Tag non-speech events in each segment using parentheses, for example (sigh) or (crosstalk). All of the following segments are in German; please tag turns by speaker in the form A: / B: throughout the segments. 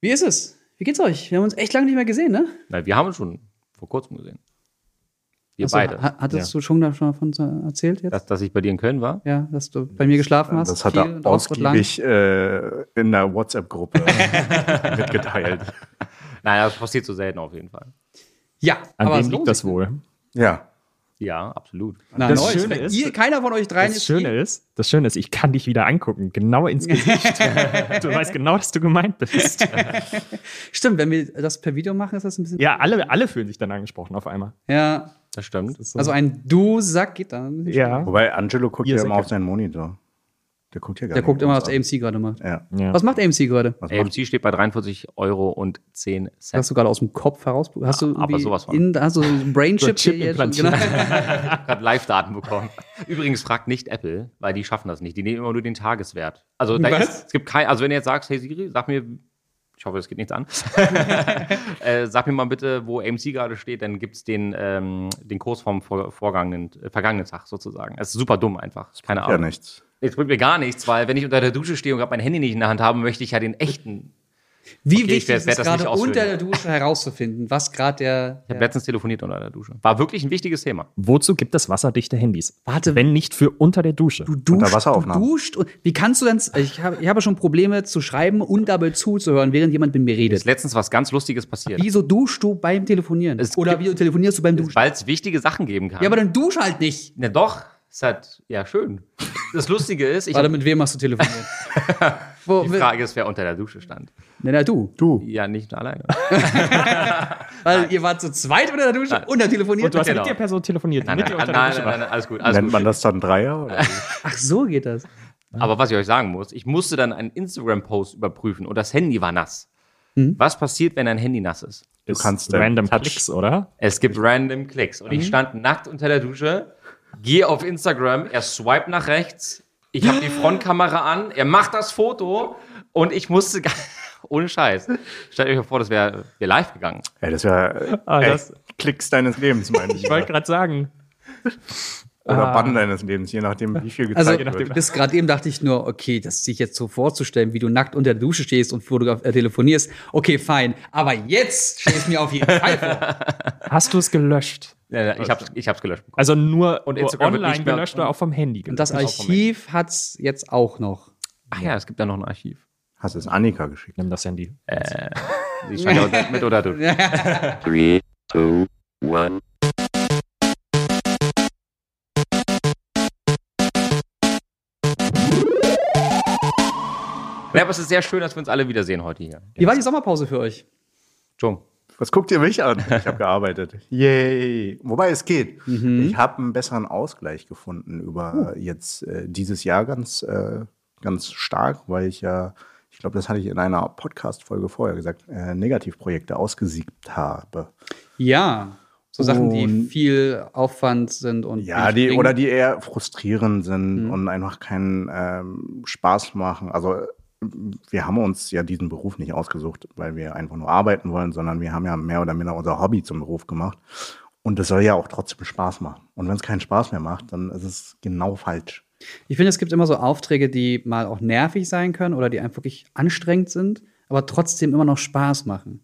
A: Wie ist es? Wie geht's euch? Wir haben uns echt lange nicht mehr gesehen, ne?
B: Nein, wir haben uns schon vor kurzem gesehen. Wir
A: Achso,
B: beide.
A: ha- Hattest du schon davon von- erzählt jetzt?
B: Dass, dass ich bei dir in Köln war?
A: ja, dass du bei mir geschlafen hast.
C: Das hat er
A: und auch gut lang.
C: ausgiebig äh, in der WhatsApp-Gruppe mitgeteilt.
B: Naja, das passiert so selten auf jeden Fall.
A: Ja,
D: An
A: aber es
D: wem liegt
A: lohnt
D: das
A: sich.
D: wohl?
C: Ja.
B: Ja, absolut.
A: Nein,
D: Das
A: euch.
D: Schöne
A: Wenn
D: ist-
A: ihr, keiner von euch dreien
D: Das Schöne ist, das Schöne ist, ich kann dich wieder angucken, genau ins Gesicht. du weißt genau, dass du gemeint bist.
A: Stimmt, wenn wir das per Video machen, ist das ein bisschen.
D: Ja, alle, alle fühlen sich dann angesprochen auf einmal.
A: Ja,
B: Das stimmt.
D: Das ist so-
A: also ein Du-Sack geht dann.
D: ja.
C: Wobei Angelo guckt
D: Ihr
C: ja
D: seid
C: immer
D: ja-
C: auf seinen Monitor. Der guckt ja gar
A: Der
C: nicht
A: guckt immer,
C: auf
A: was
C: uns
A: AMC gerade macht.
C: an. Ja.
D: ja.
A: Was macht AMC gerade?
C: Was macht
B: AMC steht bei 43 Euro und 10
A: Das
B: Cent.
A: hast du gerade aus dem Kopf heraus. Hast du
B: Ja, aber
A: irgendwie
B: sowas von.
A: In, hast du so einen Brainchip
D: Chip
A: hier jetzt?
D: implantiert.
B: Ich habe Live-Daten bekommen. (laughs) Übrigens fragt nicht Apple, weil die schaffen das nicht. Die nehmen immer nur den Tageswert. Also da
A: Was?
B: ist, es gibt kein, also wenn du jetzt sagst, hey Siri, sag mir, ich hoffe, es geht (laughs) nichts an. äh, sag mir mal bitte, wo AMC gerade steht, dann gibt es den, ähm, den Kurs vom vor, vorgangenen, äh, vergangenen Tag sozusagen. Es ist super dumm einfach. Keine
C: Ja,
B: Ahnung.
C: nichts.
B: Jetzt bringt mir gar nichts, weil wenn ich unter der Dusche stehe und gerade mein Handy nicht in der Hand habe, möchte ich ja den echten.
A: Wie
B: ich
A: wichtig
B: werd-
A: ist es
B: werd das nicht
A: gerade
B: ausführen.
A: unter der Dusche herauszufinden, was gerade der.
B: Ich habe letztens telefoniert unter der Dusche. War wirklich ein wichtiges Thema.
D: Wozu gibt es wasserdichte Handys?
A: Warte.
D: Wenn nicht für unter der Dusche.
A: Du duscht,
C: Unter Wasseraufnahmen.
A: Du duscht und wie kannst du denn? Ich habe ich habe schon Probleme zu schreiben und dabei zuzuhören, während jemand mit mir
B: Ist
A: redet.
B: letztens was ganz Lustiges passiert.
A: Wieso duschst du beim Telefonieren?
B: Es
A: Oder
B: gibt-
A: wieso telefonierst du beim Duschen?
B: Weil es wichtige Sachen geben kann.
A: Ja, aber dann dusch halt nicht.
B: Na doch, ist halt, ja, schön. Das Lustige ist, ich
A: Warte,
B: hab,
A: mit wem hast du
B: (laughs)
A: telefoniert? Wo,
B: die Frage ist, wer unter der Dusche stand.
A: Na, na, du.
C: Du.
B: Ja, nicht alleine.
A: Weil ihr wart zu zweit unter der Dusche
B: Nein.
A: und dann telefoniert.
D: Und du hast
B: Genau.
D: mit der Person telefoniert,
B: Nein,
D: mit
B: nein,
D: dir
B: nein,
D: unter
B: nein,
D: der Dusche
B: nein,
D: war.
B: nein, alles gut. Alles
C: Nennt
B: gut.
C: man das dann Dreier? Oder?
A: Ach, so geht das.
B: Aber was ich euch sagen muss, ich musste dann einen Instagram-Post überprüfen und das Handy war nass. Was passiert, wenn ein Handy nass ist?
D: Du
C: kannst dein
D: random
C: Touch-
D: Klicks, oder?
B: Es gibt random Klicks. Und ich stand nackt unter der Dusche, gehe auf Instagram, er swipe nach rechts, ich habe (gasps) die Frontkamera an, er macht das Foto und ich musste, (laughs) ga- ohne Scheiß, stellt euch mal vor, das wäre wär live gegangen.
C: Ey, das wäre
D: Ah,
C: ey,
D: das-
C: Klicks deines Lebens, meine ich.
D: Ich wollte gerade sagen,
C: Oder Bann deines Lebens, je nachdem, wie viel
A: Also
C: gezeigt
B: genau.
C: wird.
A: bis gerade eben dachte ich nur, okay, das sich jetzt so vorzustellen, wie du nackt unter der Dusche stehst und fotograf äh, telefonierst, okay, fein. Aber jetzt stelle ich mir auf jeden Fall
B: (laughs)
A: vor.
D: hast du es gelöscht?
B: Ja, ja, Ich habe ich hab's gelöscht.
D: Also nur
B: Und
D: und
B: Instagram wird
D: online
B: nicht mehr-
D: gelöscht oder auch vom Handy
A: Und
D: gelöscht?
A: das Archiv hat's jetzt auch noch.
B: Ach ja, es gibt da noch ein Archiv.
C: Hast du es Annika geschickt?
D: Nimm das Handy.
B: Ich stand ja (laughs) unter- mit oder durch.
E: Three, two, one.
B: Ja, aber es ist sehr schön, dass wir uns alle wiedersehen heute hier.
A: Wie war die Sommerpause für euch?
B: Jung.
C: Was guckt ihr mich an? Ich habe gearbeitet. (laughs) Mhm. Yay. Wobei es geht. Ich habe einen besseren Ausgleich gefunden über jetzt äh, dieses Jahr ganz, äh, ganz stark, weil ich ja, ich glaube, das hatte ich in einer Podcast-Folge vorher gesagt, äh, Negativprojekte ausgesiegt habe.
A: Ja, so Sachen, die
C: Und-
A: viel Aufwand sind und
C: Ja,
A: wenig
C: die,
A: bringen.
C: oder die eher frustrierend sind und einfach keinen ähm, Spaß machen. Also äh, wir haben uns ja diesen Beruf nicht ausgesucht, weil wir einfach nur arbeiten wollen, sondern wir haben ja mehr oder minder unser Hobby zum Beruf gemacht. Und das soll ja auch trotzdem Spaß machen. Und wenn es keinen Spaß mehr macht, dann ist es genau falsch.
A: Ich finde, es gibt immer so Aufträge, die mal auch nervig sein können oder die einfach wirklich anstrengend sind, aber trotzdem immer noch Spaß machen.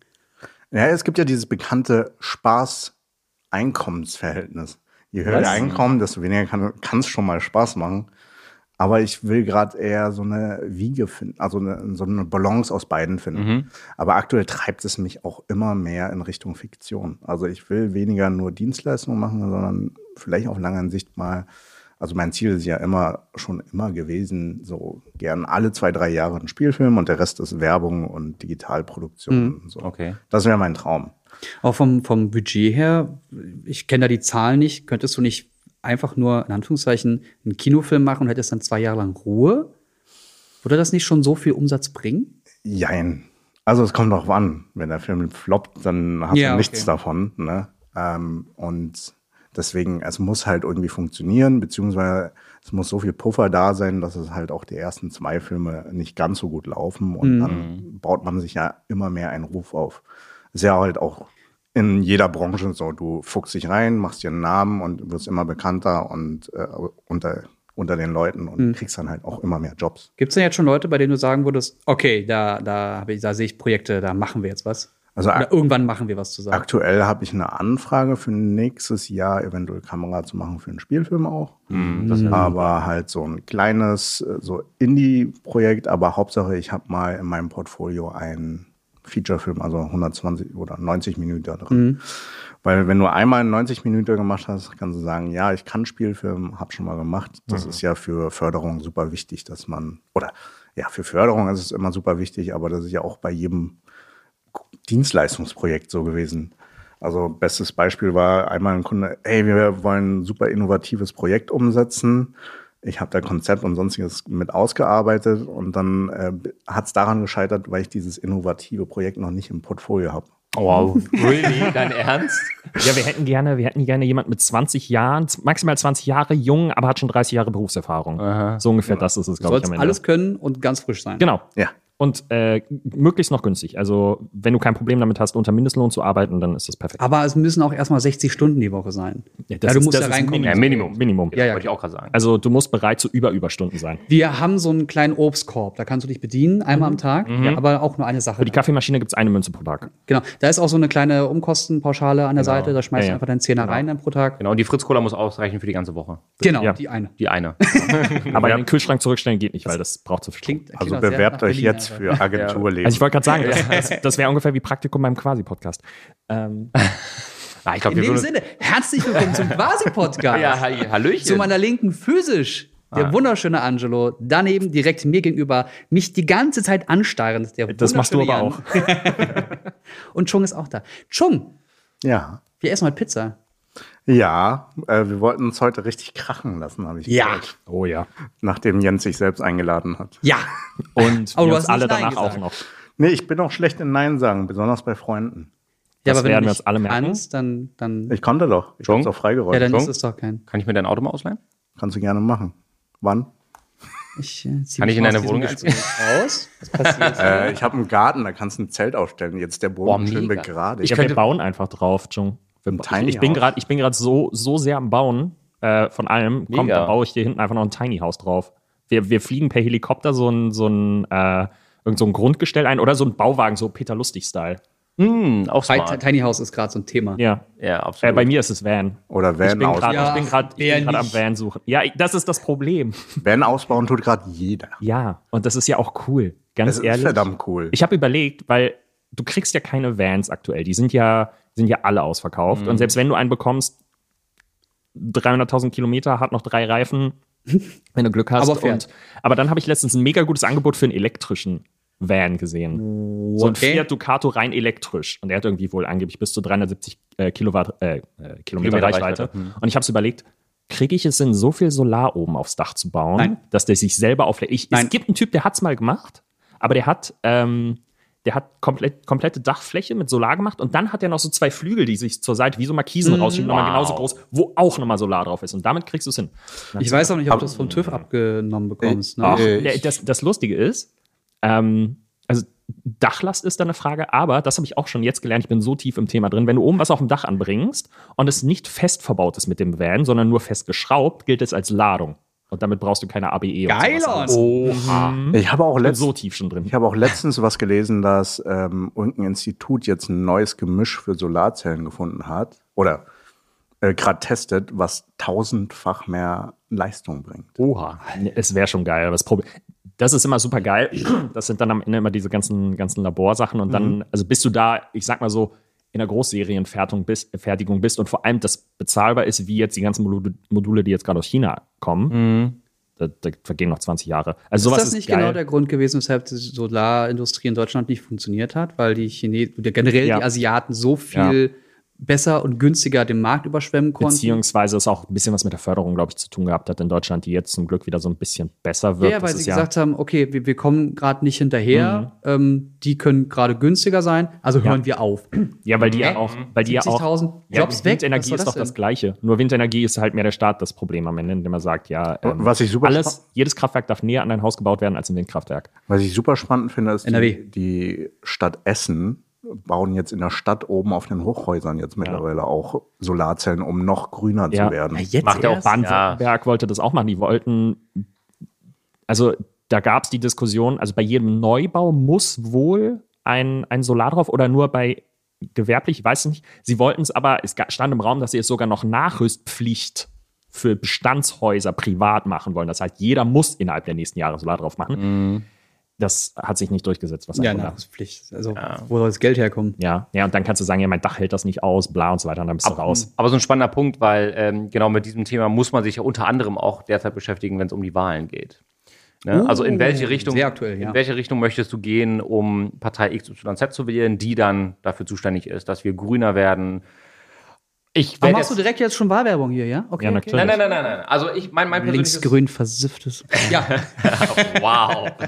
C: Ja, es gibt ja dieses bekannte Spaß-Einkommensverhältnis. Je höher
D: Was?
C: der Einkommen, desto weniger kann es schon mal Spaß machen. Aber ich will gerade eher so eine Wiege finden, also eine, so eine Balance aus beiden finden. Aber aktuell treibt es mich auch immer mehr in Richtung Fiktion. Also ich will weniger nur Dienstleistungen machen, sondern vielleicht auf lange Sicht mal. Also mein Ziel ist ja immer schon immer gewesen, so gern alle zwei, drei Jahre einen Spielfilm und der Rest ist Werbung und Digitalproduktion. So.
B: Okay.
C: Das wäre mein Traum.
A: Auch vom, vom Budget her, ich kenne da die Zahlen nicht, könntest du nicht einfach nur in Anführungszeichen einen Kinofilm machen und hättest dann zwei Jahre lang Ruhe? Würde das nicht schon so viel Umsatz bringen?
C: Jein. Also es kommt drauf an. Wenn der Film floppt, dann hast
A: Ja,
C: du nichts
A: okay.
C: davon. Ne? Ähm, und deswegen, es muss halt irgendwie funktionieren, beziehungsweise es muss so viel Puffer da sein, dass es halt auch die ersten zwei Filme nicht ganz so gut laufen.
A: Mhm.
C: Und dann baut man sich ja immer mehr einen Ruf auf. Ist ja halt auch in jeder Branche so. Du fuchst dich rein, machst dir einen Namen und wirst immer bekannter und äh, unter unter den Leuten und
A: Mhm.
C: kriegst dann halt auch immer mehr Jobs.
A: Gibt es denn jetzt schon Leute, bei denen du sagen würdest, okay, da, da, hab ich, da sehe ich Projekte, da machen wir jetzt was?
C: Also ak
A: Oder irgendwann machen wir was zusammen.
C: aktuell habe ich eine Anfrage für nächstes Jahr eventuell Kamera zu machen für einen Spielfilm auch. aber halt so ein kleines, äh, so Indie-Projekt, aber Hauptsache ich habe mal in meinem Portfolio einen Feature-Film, also 120 oder 90 Minuten drin. Weil wenn du einmal einen 90 Minuten gemacht hast, kannst du sagen, ja, ich kann Spielfilm, habe schon mal gemacht. Das ist ja für Förderung super wichtig, dass man, oder ja, für Förderung ist es immer super wichtig, aber das ist ja auch bei jedem Dienstleistungsprojekt so gewesen. Also bestes Beispiel war einmal ein Kunde, hey, wir wollen ein super innovatives Projekt umsetzen. Ich habe da Konzept und sonstiges mit ausgearbeitet und dann äh, hat es daran gescheitert, weil ich dieses innovative Projekt noch nicht im Portfolio habe.
A: Oh,
C: Also,
B: Wow. Really? Dein Ernst?
D: Ja, wir hätten gerne, wir hätten gerne jemanden mit 20 Jahren, z- maximal 20 Jahre jung, aber hat schon 30 Jahre Berufserfahrung. So ungefähr das ist es,
A: Du
D: glaube ich,
A: sollst
D: am Ende.
A: alles können und ganz frisch sein.
D: genau.
C: Ja.
D: Und äh, möglichst noch günstig. Also, wenn du kein Problem damit hast, unter Mindestlohn zu arbeiten, dann ist das perfekt.
A: Aber es müssen auch erstmal 60 Stunden die Woche sein. Ah, Ja,
D: das
A: du
D: ist-
A: musst
D: das
A: ja
D: ist
A: reinkommen.
B: (laughs) Ja, Minimum.
D: Minimum.
A: Ja, ja.
B: Wollte ich auch gerade sagen.
D: Also, du musst bereit zu Überüberstunden sein.
A: Wir haben so einen kleinen Obstkorb, da kannst du dich bedienen, einmal am Tag, aber auch nur eine Sache.
D: Für die Kaffeemaschine gibt es eine Münze
A: (laughs)
D: pro Tag.
A: Genau. Da ist auch so eine kleine Umkostenpauschale an der Seite, da schmeißt
D: Ja,
A: du
D: ja.
A: einfach deinen Zehner rein dann pro Tag.
B: Genau, und die Fritz-Cola muss ausreichen für die ganze Woche.
A: Genau,
D: Ja.
A: die eine.
B: Die (laughs) eine.
D: Aber in den Kühlschrank zurückstellen geht nicht, weil das braucht zu viel Strom.
A: Klingt,
C: Also
A: klingt auch sehr
C: bewerbt
A: nach
C: euch
A: Berliner, ne? aber-
C: jetzt für Agenturleben.
D: Also ich wollte gerade sagen, das, das, das wäre ungefähr wie Praktikum beim Quasi-Podcast. Ähm,
B: Ah, ich glaube,
A: In
B: wir
A: dem
B: würden.
A: Sinne, herzlich willkommen zum Quasi-Podcast.
B: Ja, hi- Hallöchen.
A: Zu meiner Linken physisch
D: Ah.
A: der wunderschöne Angelo, daneben direkt mir gegenüber, mich die ganze Zeit anstarrend. Der
D: Das machst du aber
A: wunderschöne Jan. (laughs) Und Chung ist auch da. Chung,
C: ja.
A: wir essen heute Pizza.
C: Ja, äh, wir wollten uns heute richtig krachen lassen, habe ich
A: Ja.
C: gehört.
D: oh ja.
C: Nachdem Jens sich selbst eingeladen hat.
A: Ja.
D: Und
A: Aber du
D: wir
A: hast
D: uns alle
A: nicht Nein
D: danach
A: gesagt.
D: auch noch.
C: Nee, ich bin auch schlecht in Nein sagen, besonders bei Freunden.
A: ja,
D: Das
A: aber wenn
D: werden
A: du
D: wir
A: nicht
D: uns alle merken.
A: kannst, dann, dann,
C: Ich konnte doch. Ich habe es
B: Schon?
C: auch freigeräumt.
A: ja, dann ist
B: Entschuldigung?
A: es doch kein.
B: Kann ich mir dein Auto mal ausleihen?
C: Kannst du gerne machen. Wann?
A: Ich, äh, zieh
B: Kann
A: mich
B: ich in
A: mal
B: deine
A: aus diesem
B: Wohnung
A: Gespräch raus? Was passiert?
D: (laughs)
C: Äh, ich habe einen Garten, da kannst du ein Zelt aufstellen. Jetzt der
B: Boah,
C: Boden
B: mega.
C: schön begradigt.
D: Ja, wir bauen einfach drauf, Jung. Wir
C: Ein
D: ba-
C: Tiny
D: ich, ich bin
C: House.
D: gerade, ich bin gerade so so sehr am Bauen äh, von allem. Komm,
B: Mega.
D: da baue ich hier hinten einfach noch ein Tiny House drauf. Wir, wir fliegen per Helikopter so ein so ein äh, irgend so ein Grundgestell ein oder so ein Bauwagen, so Peter Lustig Style.
B: Hm, auch
A: Bei
B: smart.
A: Tiny House ist gerade so ein Thema.
D: Ja.
B: Ja, absolut.
D: Äh, bei mir ist es Van.
C: Oder
D: Ich
C: Van
D: bin gerade,
C: ausbauen.
A: Ja,
D: ich bin gerade, ich
A: wer
D: bin gerade am
A: nicht?
D: Van suchen. Ja, ich, das ist das Problem.
C: Van ausbauen tut gerade jeder.
D: Ja, und das ist ja auch cool. Ganz
C: Das ist
D: ehrlich.
C: verdammt cool.
D: Ich habe überlegt, weil du kriegst ja keine Vans aktuell. Die sind ja, sind ja alle ausverkauft.
A: Mhm.
D: Und selbst wenn du einen bekommst, 300.000 Kilometer, hat noch
A: (laughs)
D: drei Reifen, wenn du Glück hast.
A: Aber fährt.
D: Und, aber dann habe ich letztens ein mega gutes Angebot für einen elektrischen Van gesehen. So ein
A: Okay.
D: Fiat Ducato rein elektrisch. Und der hat irgendwie wohl angeblich bis zu 370 äh, Kilowatt, äh, äh, Kilometer, Reichweite.
B: Reichweite.
D: Und ich habe es überlegt, kriege ich es hin, so viel Solar oben aufs Dach zu bauen,
A: Nein.
D: dass der sich selber auflädt? Ich,
A: Nein.
D: es gibt einen Typ, der hat's mal gemacht, aber der hat, ähm, der hat komplett, komplette Dachfläche mit Solar gemacht und dann hat er noch so zwei Flügel, die sich zur Seite wie so Markisen rausschieben, nochmal genauso groß, wo auch nochmal Solar drauf ist. Und damit kriegst du es hin.
A: Ich weiß auch nicht, ob du es vom TÜV abgenommen bekommst. Ne?
C: Äh,
D: Der- das, das Lustige ist, ähm, also Dachlast ist da eine Frage, aber das habe ich auch schon jetzt gelernt, ich bin so tief im Thema drin, wenn du oben was auf dem Dach anbringst und es nicht fest verbaut ist mit dem Van, sondern nur fest geschraubt, gilt es als Ladung. Und damit brauchst du keine ABE.
A: Geil,
D: und sowas.
A: Orn.
D: Also,
C: Ich habe auch,
D: ich bin
C: letzt,
D: so tief schon drin.
C: ich habe auch letztens was gelesen, dass ähm, irgendein Institut jetzt ein neues Gemisch für Solarzellen gefunden hat. Oder äh, gerade testet, was tausendfach mehr Leistung bringt.
D: Oha. Es wäre schon geil, aber das Problem. Das ist immer super geil. Das sind dann am Ende immer diese ganzen, ganzen Laborsachen und dann,
A: Mhm.
D: also bist du da, ich sag mal so, in der Großserienfertigung bist, Fertigung bist und vor allem das bezahlbar ist, wie jetzt die ganzen Module, Module die jetzt gerade aus China kommen. Da, da vergehen noch 20 Jahre. Also
A: Mhm. ist
D: sowas
A: das nicht
D: geil.
A: genau der Grund gewesen, weshalb die Solarindustrie in Deutschland nicht funktioniert hat? Weil die Chinesen, generell
D: Ja.
A: die Asiaten so viel besser und günstiger den Markt überschwemmen konnten.
D: Beziehungsweise es auch ein bisschen was mit der Förderung, glaube ich, zu tun gehabt hat in Deutschland, die jetzt zum Glück wieder so ein bisschen besser wird.
A: ja, weil
D: Das
A: sie
D: ist ja- Mhm.
A: gesagt haben, okay, wir, wir kommen gerade nicht hinterher, ähm, die können gerade günstiger sein, also hören wir auf.
D: ja, weil die
A: Mhm.
D: ja auch, weil die ja auch
A: 70.000
D: Ja,
A: Jobs weg.
D: Windenergie
A: Was
D: ist
A: soll
D: doch
A: denn?
D: das Gleiche. Nur Windenergie ist halt mehr der Staat das Problem am Ende, indem er sagt, ja, ähm,
C: Was ich super
D: alles, jedes Kraftwerk darf näher an ein Haus gebaut werden als ein Windkraftwerk.
C: Was ich super spannend finde, ist
A: NRW.
C: die, die Stadt Essen bauen jetzt in der Stadt oben auf den Hochhäusern jetzt mittlerweile auch Solarzellen, um noch grüner
D: Ja.
C: zu werden.
A: Ja, jetzt
B: Macht er auch
A: erst?
B: Bahn-
D: Baden-Württemberg wollte das auch machen. Die wollten, also da gab es die Diskussion, also bei jedem Neubau muss wohl ein, ein Solar drauf oder nur bei gewerblich, ich weiß nicht. Sie wollten es aber, es ga- stand im Raum, dass sie es sogar noch Nachrüstpflicht für Bestandshäuser privat machen wollen. Das heißt, jeder muss innerhalb der nächsten Jahre Solar drauf machen. Das hat sich nicht durchgesetzt, was ein
A: Mhm. Ja,
D: Wunder.
A: Nachrüstpflicht. Also, wo soll das Geld herkommen?
D: ja, ja, und dann kannst du sagen, ja, mein Dach hält das nicht aus, bla und so weiter, und dann bist du raus.
B: Aber so ein spannender Punkt, weil ähm, genau mit diesem Thema muss man sich ja unter anderem auch derzeit beschäftigen, wenn es um die Wahlen geht. Ne?
A: Uh,
B: also in welche Richtung,
A: sehr aktuell, ja.
B: in welche Richtung möchtest du gehen, um Partei XYZ zu wählen, die dann dafür zuständig ist, dass wir grüner werden? Ich
A: Aber
B: werde
A: machst du
B: jetzt-
A: direkt jetzt schon Wahlwerbung hier, ja? Okay,
D: Ja,
A: okay.
D: natürlich.
B: Nein, nein, nein, nein, nein. Also ich mein, mein persönliches
A: Linksgrün
D: (laughs)
A: versifftes.
B: Oh, wow. (laughs)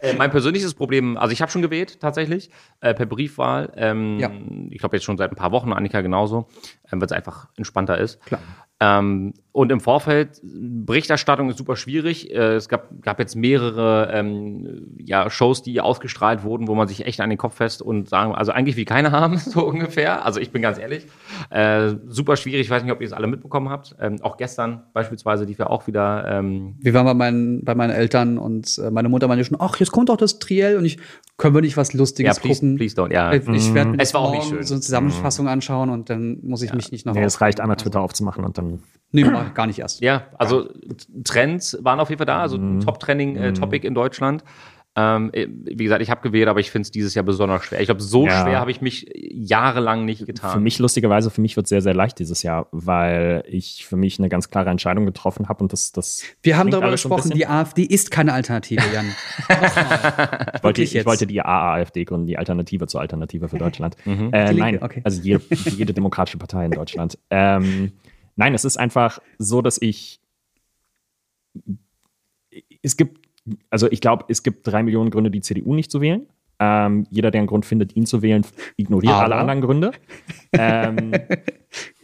B: Äh, mein persönliches Problem, also ich habe schon gewählt tatsächlich äh, per Briefwahl. Ähm,
A: Ja.
B: Ich glaube jetzt schon seit ein paar Wochen, Annika genauso, ähm, weil es einfach entspannter ist. Klar. Ähm, und im Vorfeld, Berichterstattung ist super schwierig. Äh, es gab, gab jetzt mehrere ähm, ja, Shows, die ausgestrahlt wurden, wo man sich echt an den Kopf fest und sagen, also eigentlich wie keine (laughs) haben, so ungefähr. Also ich bin ganz ehrlich. Äh, super schwierig, ich weiß nicht, ob ihr es alle mitbekommen habt. Ähm, auch gestern beispielsweise lief ja auch wieder ähm,
A: Wir waren bei meinen, bei meinen Eltern und äh, meine Mutter meinte schon, ach, jetzt kommt doch das Triell und ich, können wir nicht was Lustiges
B: Ja, please,
A: gucken? Äh,
B: please don't, ja.
A: Ich- Ich werde mir
B: Es war auch
A: morgen
B: nicht schön.
A: so eine Zusammenfassung anschauen und dann muss ich mich nicht noch.
D: Mhm. Nee,
A: auf-
D: es reicht einmal Twitter
A: also.
D: aufzumachen und dann
A: Nee, mach ich gar nicht erst.
B: Ja, also t- Trends waren auf jeden Fall da, also ein Top-Trending-Topic in Deutschland. Ähm, äh, wie gesagt, ich habe gewählt, aber ich finde es dieses Jahr besonders schwer. Ich glaube, so
D: Ja.
B: schwer habe ich mich jahrelang nicht getan.
D: Für mich, lustigerweise, für mich wird es sehr, sehr leicht dieses Jahr, weil ich für mich eine ganz klare Entscheidung getroffen habe und das, das
A: Wir haben
D: klingt
A: darüber
D: alles so ein
A: gesprochen,
D: bisschen-
A: die AfD ist keine Alternative,
D: (laughs)
A: Jan.
D: ich wollte,
A: wirklich
D: ich
A: jetzt.
D: wollte die AAFD gründen, die Alternative zur Alternative für Deutschland. äh,
A: Mhm. Die Linke,
D: nein,
A: okay. (laughs)
D: also jede, jede demokratische Partei in Deutschland. ähm, nein, es ist einfach so, dass ich es gibt, also ich glaube, es gibt drei Millionen Gründe, die CDU nicht zu wählen. Ähm, jeder, der einen Grund findet, ihn zu wählen, ignoriert
A: Aber-
D: alle anderen Gründe.
A: (laughs)
D: Ähm,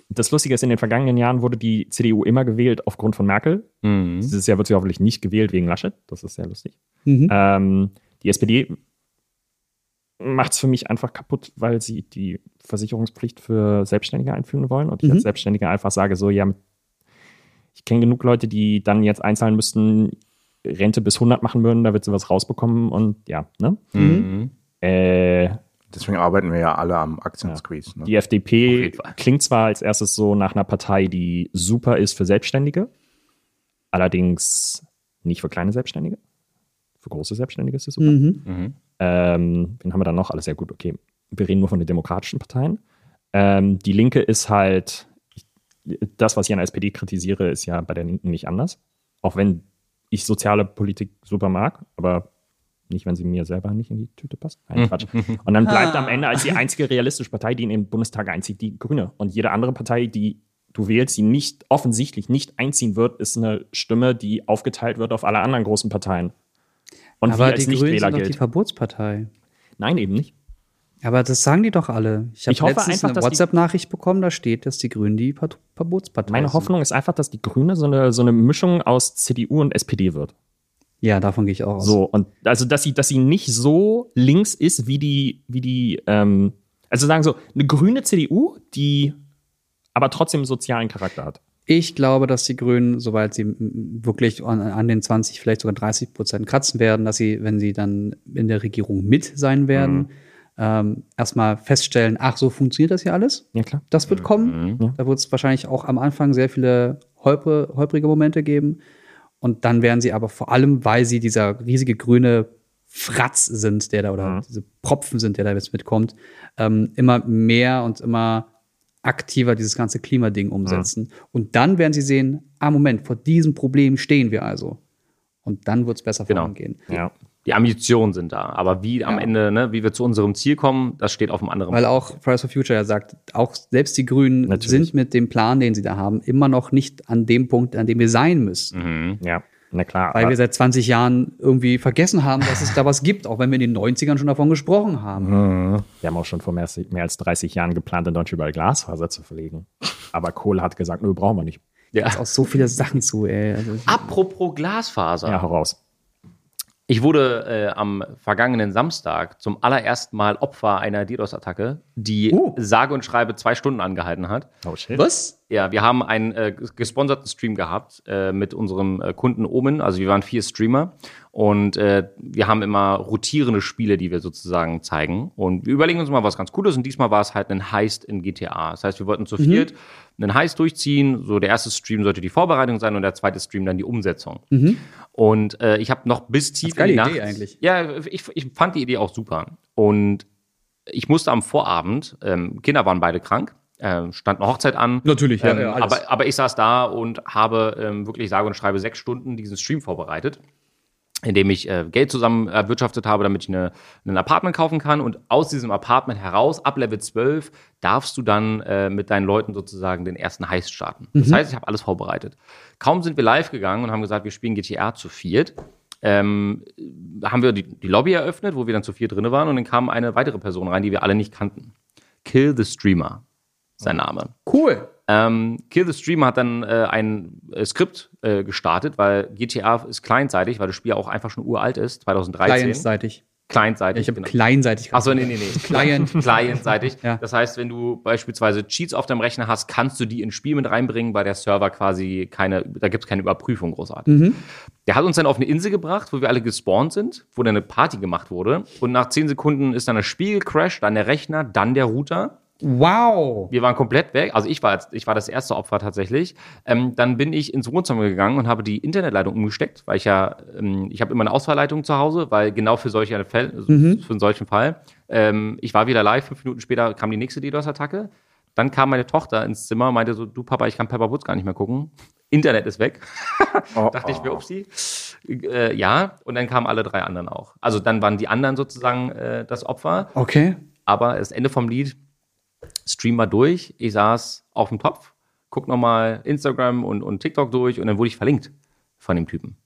D: das Lustige ist, in den vergangenen Jahren wurde die CDU immer gewählt aufgrund von Merkel.
A: Mhm.
B: Mhm.
D: Dieses Jahr wird sie hoffentlich nicht gewählt wegen Laschet. Das ist sehr lustig.
A: Mhm.
D: Ähm, die SPD macht es für mich einfach kaputt, weil sie die Versicherungspflicht für Selbstständige einführen wollen. Und ich
B: Mhm.
D: als Selbstständiger einfach sage so, ja, mit ich kenne genug Leute, die dann jetzt einzahlen müssten, Rente bis 100 machen würden, da wird sie was rausbekommen und ja, ne?
B: Mhm.
D: Äh,
C: Deswegen arbeiten wir ja alle am Aktien-Squeeze. Ne?
D: die FDP
B: jeden Fall.
D: klingt zwar als erstes so nach einer Partei, die super ist für Selbstständige, allerdings nicht für kleine Selbstständige. Für große Selbstständige ist sie super.
A: Mhm.
B: Mhm.
D: Ähm, wen haben wir dann noch? Alles sehr gut, okay. Wir reden nur von den demokratischen Parteien. Ähm, die Linke ist halt, das, was ich an der SPD kritisiere, ist ja bei der Linken nicht anders. Auch wenn ich soziale Politik super mag, aber nicht, wenn sie mir selber nicht in die Tüte passt.
A: Hm.
D: Nein, Quatsch. Und dann bleibt am Ende als die einzige realistische Partei, die in den Bundestag einzieht, die Grüne. Und jede andere Partei, die du wählst, die nicht offensichtlich nicht einziehen wird, ist eine Stimme, die aufgeteilt wird auf alle anderen großen Parteien. Und wir
A: Aber
D: als
A: die Grünen
D: Nichtwähler
A: sind doch die
D: gilt.
A: Verbotspartei.
D: Nein, eben nicht.
A: Aber das sagen die doch alle. Ich habe
D: Ich hoffe
A: letztens
D: einfach,
A: eine
D: dass die-
A: WhatsApp-Nachricht bekommen, da steht, dass die Grünen die Pat- Verbotspartei
D: Meine
A: sind.
D: Hoffnung ist einfach, dass die Grüne so eine, so eine Mischung aus CDU und SPD wird.
A: Ja, davon gehe ich auch aus.
D: So, und also, dass sie, dass sie nicht so links ist, wie die, wie die, ähm, also sagen so, eine grüne CDU, die aber trotzdem einen sozialen Charakter hat.
A: Ich glaube, dass die Grünen, sobald sie mm, wirklich an, an den 20, vielleicht sogar 30 Prozent kratzen werden, dass sie, wenn sie dann in der Regierung mit sein werden, ähm, erstmal feststellen, ach, so funktioniert das hier alles.
D: Ja, klar.
A: Das wird kommen. Da wird es wahrscheinlich auch am Anfang sehr viele holpre, holprige Momente geben. Und dann werden sie aber vor allem, weil sie dieser riesige grüne Fratz sind, der da oder diese Propfen sind, der da jetzt mitkommt, ähm, immer mehr und immer aktiver dieses ganze Klimading umsetzen. Und dann werden sie sehen, ah Moment, vor diesem Problem stehen wir also. Und dann wird es besser
B: Genau.
A: vorangehen.
D: Ja.
B: Die Ambitionen sind da, aber wie am
A: Ja.
B: Ende, ne, wie wir zu unserem Ziel kommen, das steht auf dem anderen.
A: Weil auch Price for Future ja sagt, auch selbst die Grünen
D: Natürlich.
A: sind mit dem Plan, den sie da haben, immer noch nicht an dem Punkt, an dem wir sein müssen.
D: Ja, na klar.
A: Weil
D: aber-
A: wir seit 20 Jahren irgendwie vergessen haben, dass es da was gibt, auch wenn wir in den 90ern schon davon gesprochen haben.
D: Wir haben auch schon vor mehr, mehr als 30 Jahren geplant, in Deutschland überall Glasfaser zu verlegen. Aber Kohle hat gesagt, nö, brauchen wir nicht.
B: Ja.
A: Auch so viele Sachen zu, ey. Also,
B: Ah. Apropos Glasfaser.
D: Ja, heraus.
B: Ich wurde äh, am vergangenen Samstag zum allerersten Mal Opfer einer DDoS-Attacke, die
A: Oh.
B: sage und schreibe zwei Stunden angehalten hat.
D: Oh shit.
A: Was?
B: Ja, wir haben einen äh, gesponserten Stream gehabt äh, mit unserem äh, Kunden Omen. Also wir waren vier Streamer und äh, wir haben immer rotierende Spiele, die wir sozusagen zeigen. Und wir überlegen uns mal was ganz Cooles. Und diesmal war es halt ein Heist in GTA. Das heißt, wir wollten zu
A: Mhm.
B: viert einen Heist durchziehen. So der erste Stream sollte die Vorbereitung sein und der zweite Stream dann die Umsetzung. Und äh, ich habe noch bis tief
A: Mhm. geile
B: in die
A: Idee
B: Nacht.
A: eigentlich.
B: Ja, ich, ich fand die Idee auch super. Und ich musste am Vorabend, ähm, Kinder waren beide krank, ähm, stand eine Hochzeit an.
A: Natürlich, ja,
B: ähm,
A: ja, alles.
B: aber, aber ich saß da und habe ähm, wirklich sage und schreibe sechs Stunden diesen Stream vorbereitet, indem ich äh, Geld zusammen erwirtschaftet habe, damit ich eine, ein Apartment kaufen kann. Und aus diesem Apartment heraus, ab Level 12, darfst du dann äh, mit deinen Leuten sozusagen den ersten Heist starten.
A: Mhm.
B: Das heißt, ich habe alles vorbereitet. Kaum sind wir live gegangen und haben gesagt, wir spielen GTA zu viert ähm, haben wir die, die Lobby eröffnet, wo wir dann zu vier drinne waren und dann kam eine weitere Person rein, die wir alle nicht kannten. Kill the Streamer, sein Name.
A: Cool.
B: Ähm, Kill the Streamer hat dann äh, ein äh, Skript äh, gestartet, weil GTA ist kleinzeitig, weil das Spiel auch einfach schon uralt ist, 2013.
A: Clientseitig.
B: Kleinzeitig.
A: Ich habe kleinseitig.
B: Achso, Genau. nee, nee, nee.
A: (laughs) Client.
B: Clientseitig.
A: Ja.
B: Das heißt, wenn du beispielsweise Cheats auf deinem Rechner hast, kannst du die ins Spiel mit reinbringen, weil der Server quasi keine, da gibt es keine Überprüfung großartig.
A: Mhm.
B: Der hat uns dann auf eine Insel gebracht, wo wir alle gespawnt sind, wo dann eine Party gemacht wurde. Und nach 10 Sekunden ist dann das Spiel gecrashed, dann der Rechner, dann der Router.
A: Wow.
B: Wir waren komplett weg. Also ich war, als, ich war das erste Opfer tatsächlich. Ähm, dann bin ich ins Wohnzimmer gegangen und habe die Internetleitung umgesteckt, weil ich ja, ähm, ich habe immer eine Ausfallleitung zu Hause, weil genau für, solche Fälle,
C: Mhm.
B: für einen solchen Fall. Ähm, ich war wieder live, fünf Minuten später kam die nächste DDoS-Attacke. Dann kam meine Tochter ins Zimmer und meinte so, du Papa, ich kann Pepper Woods gar nicht mehr gucken. Internet ist weg. (laughs)
C: Oh,
B: Dachte ich mir, upsi. Äh, ja, und dann kamen alle drei anderen auch. Also dann waren die anderen sozusagen äh, das Opfer.
A: Okay.
B: Aber das Ende vom Lied, Stream war durch. Ich saß auf dem Topf, guck nochmal Instagram und, und TikTok durch und dann wurde ich verlinkt von dem Typen.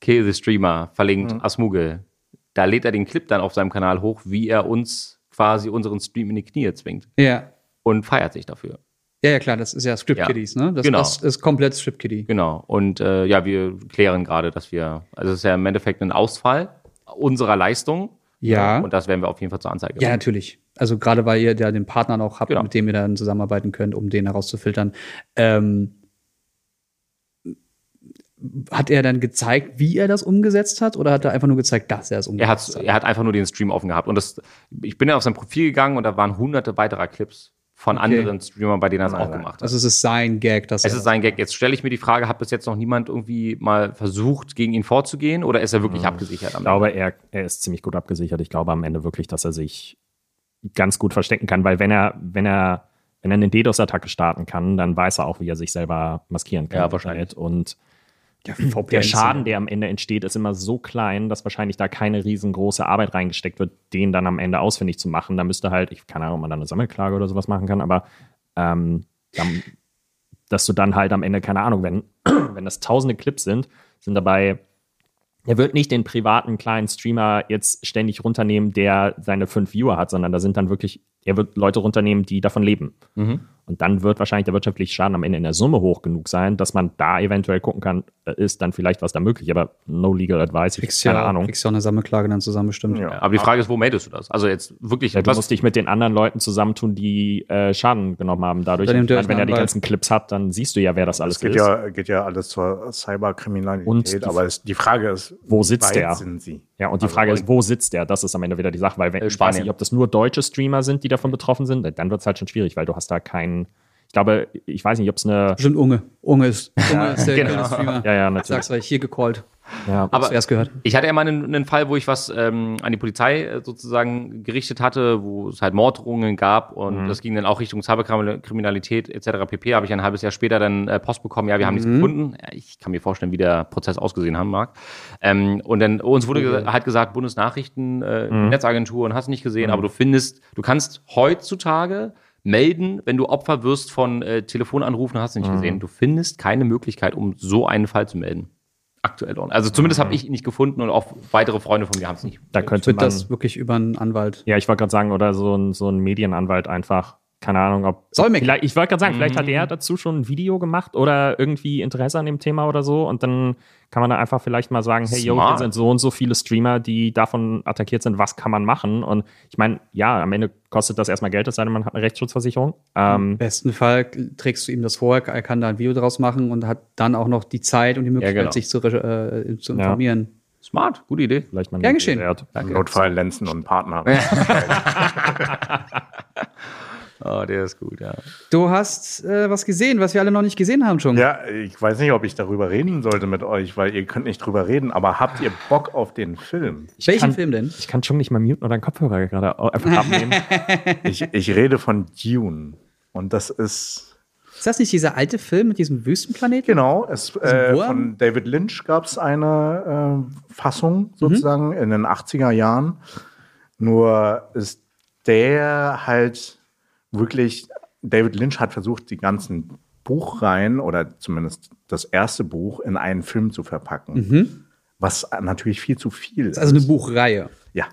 B: Kill the Streamer, verlinkt
A: Mhm.
B: Asmugel. Da lädt er den Clip dann auf seinem Kanal hoch, wie er uns quasi unseren Stream in die Knie zwingt
A: Ja.
B: und feiert sich dafür.
A: Ja, ja, klar, das ist ja Strip
B: Ja.
A: Kiddies, ne? Das,
B: Genau.
A: das ist komplett Strip Kiddie.
B: Genau. Und äh, ja, wir klären gerade, dass wir, also es ist ja im Endeffekt ein Ausfall unserer Leistung.
A: Ja.
B: Und das werden wir auf jeden Fall zur Anzeige
A: Ja,
B: bringen.
A: natürlich. Also gerade weil ihr ja den Partner noch habt,
B: Genau.
A: mit dem ihr dann zusammenarbeiten könnt, um den herauszufiltern. Ähm, hat er dann gezeigt, wie er das umgesetzt hat, oder hat er einfach nur gezeigt, dass er es
B: Er
A: umgesetzt
B: hat,
A: hat?
B: er hat einfach nur den Stream offen gehabt. Und das, ich bin ja auf sein Profil gegangen und da waren hunderte weiterer Clips von anderen Streamern, bei denen er es auch gemacht hat.
A: Also es ist sein Gag, dass
B: es
A: er
B: ist sein Gag. Jetzt stelle ich mir die Frage, hat bis jetzt noch niemand irgendwie mal versucht, gegen ihn vorzugehen oder ist er
D: Hm.
B: wirklich abgesichert?
D: Ich
B: Am
D: glaube, er, er ist ziemlich gut abgesichert. Ich glaube am Ende wirklich, dass er sich ganz gut verstecken kann, weil wenn er, wenn er, wenn er eine DDoS-Attacke starten kann, dann weiß er auch, wie er sich selber maskieren kann.
B: Ja,
D: im
B: wahrscheinlich.
D: Internet. Und
A: der, VPN
D: der Schaden, der am Ende entsteht, ist immer so klein, dass wahrscheinlich da keine riesengroße Arbeit reingesteckt wird, den dann am Ende ausfindig zu machen. Da müsste halt, ich keine Ahnung, ob man da eine Sammelklage oder sowas machen kann, aber ähm, dann, dass du dann halt am Ende, keine Ahnung, wenn, (clears throat) wenn das tausende Clips sind, sind dabei, er wird nicht den privaten kleinen Streamer jetzt ständig runternehmen, der seine fünf Viewer hat, sondern da sind dann wirklich, er wird Leute runternehmen, die davon leben.
A: Mhm.
D: Und dann wird wahrscheinlich der wirtschaftliche Schaden am Ende in der Summe hoch genug sein, dass man da eventuell gucken kann, äh, ist dann vielleicht was da möglich, aber no legal advice, ich,
A: Kriegst ja,
D: keine Ahnung.
A: Kriegst ja auch eine Sammelklage dann zusammen bestimmt.
C: Ja.
B: Ende. Aber die Frage ist, wo meldest du das? Also jetzt wirklich,
D: Ja, du
B: was-
D: musst dich mit den anderen Leuten zusammentun, die äh, Schaden genommen haben dadurch.
A: Dann nehmt ihr
D: Und
A: euch
D: wenn
A: einen
D: er die
A: Anwalt.
D: ganzen Clips hat, dann siehst du ja, wer das alles
C: Es geht
D: ist.
C: ja, geht ja alles zur Cyberkriminalität,
D: Und die-
C: aber es, die Frage ist,
D: Wo sitzt
C: wie weit
D: der?
C: sind sie?
D: Ja, und die Frage ist, wo sitzt der? Das ist am Ende wieder die Sache, weil wenn, ich weiß
B: Spanien.
D: nicht, ob das nur deutsche Streamer sind, die davon betroffen sind, dann wird es halt schon schwierig, weil du hast da keinen, ich glaube, ich weiß nicht, ob es eine,
A: Bestimmt Unge. Unge ist, Unge ist der genau. Streamer.
D: ja, ja,
A: Sag's
D: natürlich.
A: euch, hier gecallt.
D: Ja.
B: Aber-
A: Zuerst gehört.
B: Ich hatte ja mal einen, einen Fall, wo ich was ähm, an die Polizei äh, sozusagen gerichtet hatte, wo es halt Morddrohungen gab und das ging dann auch Richtung Cyberkriminalität etc. pp. Habe ich ein halbes Jahr später dann äh, Post bekommen, ja, wir haben nichts gefunden. Ja, Ich kann mir vorstellen, wie der Prozess ausgesehen haben mag. Ähm, und dann uns wurde gesa- halt gesagt, Bundesnachrichten, äh, Netzagentur und hast nicht gesehen, aber du findest, du kannst heutzutage melden, wenn du Opfer wirst von äh, Telefonanrufen, hast du nicht gesehen. Du findest keine Möglichkeit, um so einen Fall zu melden aktuell online. Also zumindest habe ich ihn nicht gefunden und auch weitere Freunde von mir haben es nicht.
D: da könnte
A: Wird
D: man,
A: das wirklich über einen Anwalt.
D: ja, ich wollte gerade sagen, oder so ein, so ein Medienanwalt einfach, keine Ahnung, ob.
A: Solmecke.
D: Vielleicht, ich wollte gerade sagen, vielleicht hat er dazu schon ein Video gemacht oder irgendwie Interesse an dem Thema oder so. Und dann kann man da einfach vielleicht mal sagen, hey, yo, hier
B: Smart.
D: sind so und so viele Streamer, die davon attackiert sind, was kann man machen? Und ich meine, ja, am Ende kostet das erstmal Geld, es sei denn, man hat eine Rechtsschutzversicherung. Ähm,
A: Im besten Fall trägst du ihm das vor, er kann da ein Video draus machen und hat dann auch noch die Zeit und die Möglichkeit,
B: genau.
A: sich zu, re- äh, zu informieren.
B: Smart, gute Idee.
D: vielleicht mal ein
A: Gern
D: Video
A: geschehen.
D: wert.
C: Im Notfall Lenzen und Partner.
B: Oh, der ist gut, ja.
A: Du hast äh, was gesehen, was wir alle noch nicht gesehen haben schon.
C: Ja, ich weiß nicht, ob ich darüber reden sollte mit euch, weil ihr könnt nicht drüber reden, aber habt ihr Bock auf den Film?
A: Welchen
D: kann-
A: Film denn?
D: Ich kann schon nicht mal muten oder einen Kopfhörer gerade au- einfach abnehmen.
C: Ich, ich rede von Dune. Und das ist,
A: Ist das nicht dieser alte Film mit diesem Wüstenplaneten?
C: genau, es, äh,
A: Wurm?
C: von David Lynch gab es eine äh,
A: Mhm.
C: Fassung sozusagen in den 80er Jahren. Nur ist der halt wirklich, David Lynch hat versucht, die ganzen Buchreihen oder zumindest das erste Buch in einen Film zu verpacken. Was natürlich viel zu viel ist.
A: Mhm. Also eine Buchreihe.
C: ja,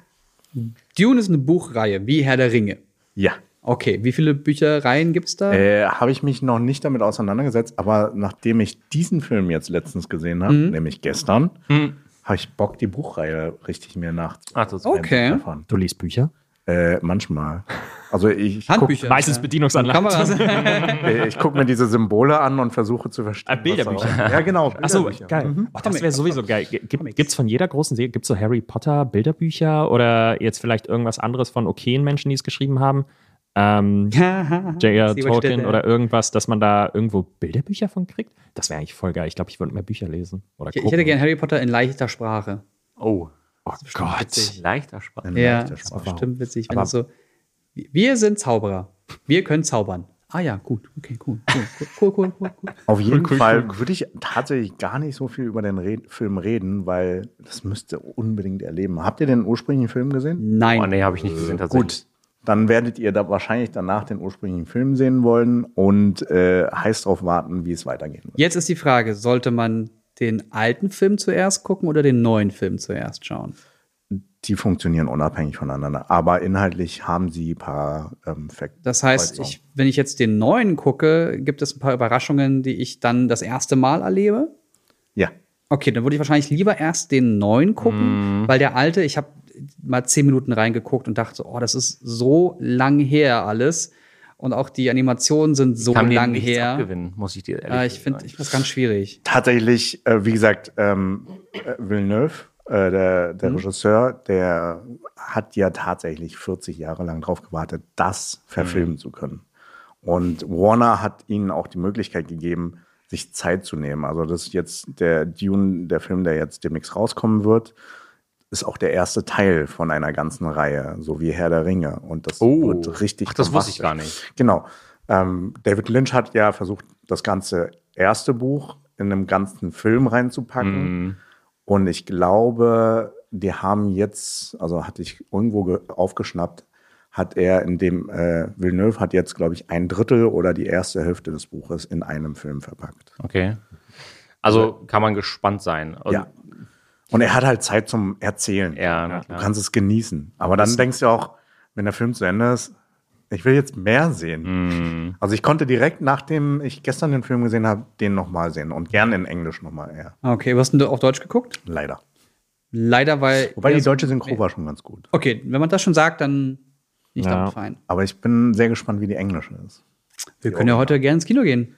A: Dune ist eine Buchreihe, wie Herr der Ringe.
C: ja.
A: Okay, wie viele Büchereien gibt's da?
C: Äh, habe ich mich noch nicht damit auseinandergesetzt, aber nachdem ich diesen Film jetzt letztens gesehen habe,
A: Mhm.
C: nämlich gestern, habe ich Bock, die Buchreihe richtig mir nach.
B: Ach, das ist
A: okay.
D: Du liest Bücher?
C: Äh, manchmal. Also ich gucke
A: Handbücher.
D: Meistens Bedienungsanleitung. (laughs)
A: Kameras.
C: (laughs) ich guck mir diese Symbole an und versuche zu verstehen.
D: Ah, Bilderbücher.
C: was da- Ja, genau.
D: Achso,
C: Bilderbücher.
D: geil. Oh, das
A: Comic-
D: wäre sowieso geil. G- Gibt
A: Comics.
D: gibt's von jeder großen Serie, gibt's so Harry Potter Bilderbücher oder jetzt vielleicht irgendwas anderes von okayen Menschen, die es geschrieben haben?
A: (laughs)
D: Ähm, J.R.
A: See, was steht
D: Tolkien
A: da?
D: oder irgendwas, dass man da irgendwo Bilderbücher von kriegt? Das wäre eigentlich voll geil. Ich glaube, ich würde mehr Bücher lesen. Oder
A: Ich, ich
D: gucken.
A: hätte gern Harry Potter in leichter Sprache.
C: Oh.
D: Oh Gott.
B: Leichter Spaß.
A: Ja,
C: leichter
A: das ist
C: Spaß.
A: bestimmt witzig. Wenn das so, wir sind Zauberer. Wir können zaubern. Ah ja, gut. Okay, cool. Cool, cool, cool, cool, cool.
C: Auf jeden Fall würde ich tatsächlich gar nicht so viel über den Re Film reden, weil das müsst ihr unbedingt erleben. Habt ihr den ursprünglichen Film
A: (laughs)
C: gesehen?
A: Nein.
B: Oh, nee, habe ich nicht
A: Äh,
B: gesehen, tatsächlich.
C: Gut, dann werdet ihr da wahrscheinlich danach den ursprünglichen Film sehen wollen und äh, heiß drauf warten, wie es weitergehen wird.
A: Jetzt ist die Frage, sollte man den alten Film zuerst gucken oder den neuen Film zuerst schauen?
C: Die funktionieren unabhängig voneinander, aber inhaltlich haben sie ein paar ähm, Fakten.
A: Das heißt, ich, wenn ich jetzt den neuen gucke, gibt es ein paar Überraschungen, die ich dann das erste Mal erlebe?
C: ja,
A: Okay, dann würde ich wahrscheinlich lieber erst den neuen gucken, weil der alte, ich habe mal zehn Minuten reingeguckt und dachte, oh, das ist so lang her alles. Und auch die Animationen sind so
B: Kann mir
A: lang
B: nichts
A: her.
B: abgewinnen, muss ich dir ehrlich
A: Äh, ich finde
B: sagen.
A: ich find das ganz schwierig.
C: tatsächlich, äh, wie gesagt, ähm, äh, Villeneuve, äh, der, der
B: Mhm.
C: Regisseur, der hat ja tatsächlich 40 Jahre lang drauf gewartet, das verfilmen
B: Mhm.
C: zu können. Und Warner hat ihnen auch die Möglichkeit gegeben, sich Zeit zu nehmen. Also das ist jetzt der Dune, der Film, der jetzt demnächst rauskommen wird, ist auch der erste Teil von einer ganzen Reihe, so wie Herr der Ringe. Und das
B: Oh.
C: wird richtig.
B: Ach, das wusste ich
C: bombastisch.
B: gar nicht.
C: Genau. Ähm, David Lynch hat ja versucht, das ganze erste Buch in einem ganzen Film reinzupacken. Und ich glaube, die haben jetzt, also hatte ich irgendwo ge- aufgeschnappt, hat er in dem, äh, Villeneuve hat jetzt, glaube ich, ein Drittel oder die erste Hälfte des Buches in einem Film verpackt.
B: Okay. Also
A: Äh,
B: kann man gespannt sein. Und-
C: ja. Und er hat halt Zeit zum Erzählen.
B: Ja, na
C: du
B: klar.
C: kannst es genießen. Aber dann denkst du auch, wenn der Film zu Ende ist, ich will jetzt mehr sehen. Also ich konnte direkt, nachdem ich gestern den Film gesehen habe, den nochmal sehen. Und gerne in Englisch nochmal, ja.
A: Ah, Okay, was hast denn du auf Deutsch geguckt?
C: Leider.
A: Leider, weil.
C: Wobei
A: ja,
C: die deutsche Synchro war schon ganz gut.
A: Okay, wenn man das schon sagt, dann bin ich
D: Ja.
A: damit fein.
C: Aber ich bin sehr gespannt, wie die englische ist.
A: Wir können ja heute gerne ins Kino gehen.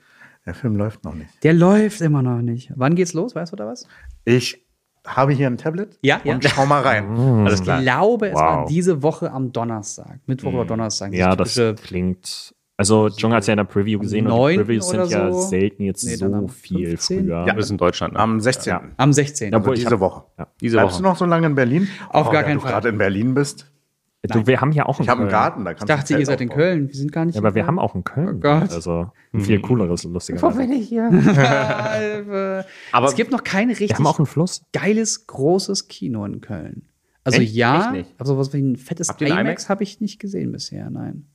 C: Der Film läuft noch nicht.
A: Der läuft immer noch nicht. Wann geht's los? Weißt du da was?
C: Ich habe hier ein Tablet
A: Ja,
C: und
A: ja.
C: schau mal rein.
B: Alles
A: Ich
B: klar.
A: glaube, es war
D: Wow.
A: diese Woche am Donnerstag. Mittwoch oder Donnerstag.
D: Ja,
A: Diese
D: das
A: typische
D: klingt. Also, Jung hat ja in der Preview gesehen und die
A: 9.
D: Previews sind
A: oder
D: ja
A: so.
D: selten jetzt
A: Nee, dann
D: so
A: am
D: viel
A: 15.
D: früher.
B: Du bist in Deutschland, ne?
C: Am 16.
A: Am 16.
C: Also diese Woche.
B: Diese
C: Bleibst
B: Woche.
C: du noch so lange in Berlin?
A: Auf gar keinen
C: Wenn du
A: Fall.
C: gerade in Berlin bist.
D: Du, wir haben ja auch einen
C: Ich habe einen
D: Köln.
C: Garten, da kannst
A: ich dachte, ihr seid in Köln. Wir sind gar nicht.
D: Ja, aber wir haben auch einen Köln.
A: Oh Gott.
D: Also, ein viel cooleres, lustiger.
A: haben.
B: Aber-
A: Aber es gibt noch kein
D: Wir
A: richtig
D: haben auch einen Fluss.
A: geiles, großes Kino in Köln. Also
B: Echt?
A: ja,
B: Echt nicht?
A: also was wie ein fettes
B: Habt ihr einen
A: IMAX
B: IMAX?
A: habe ich nicht gesehen bisher, nein.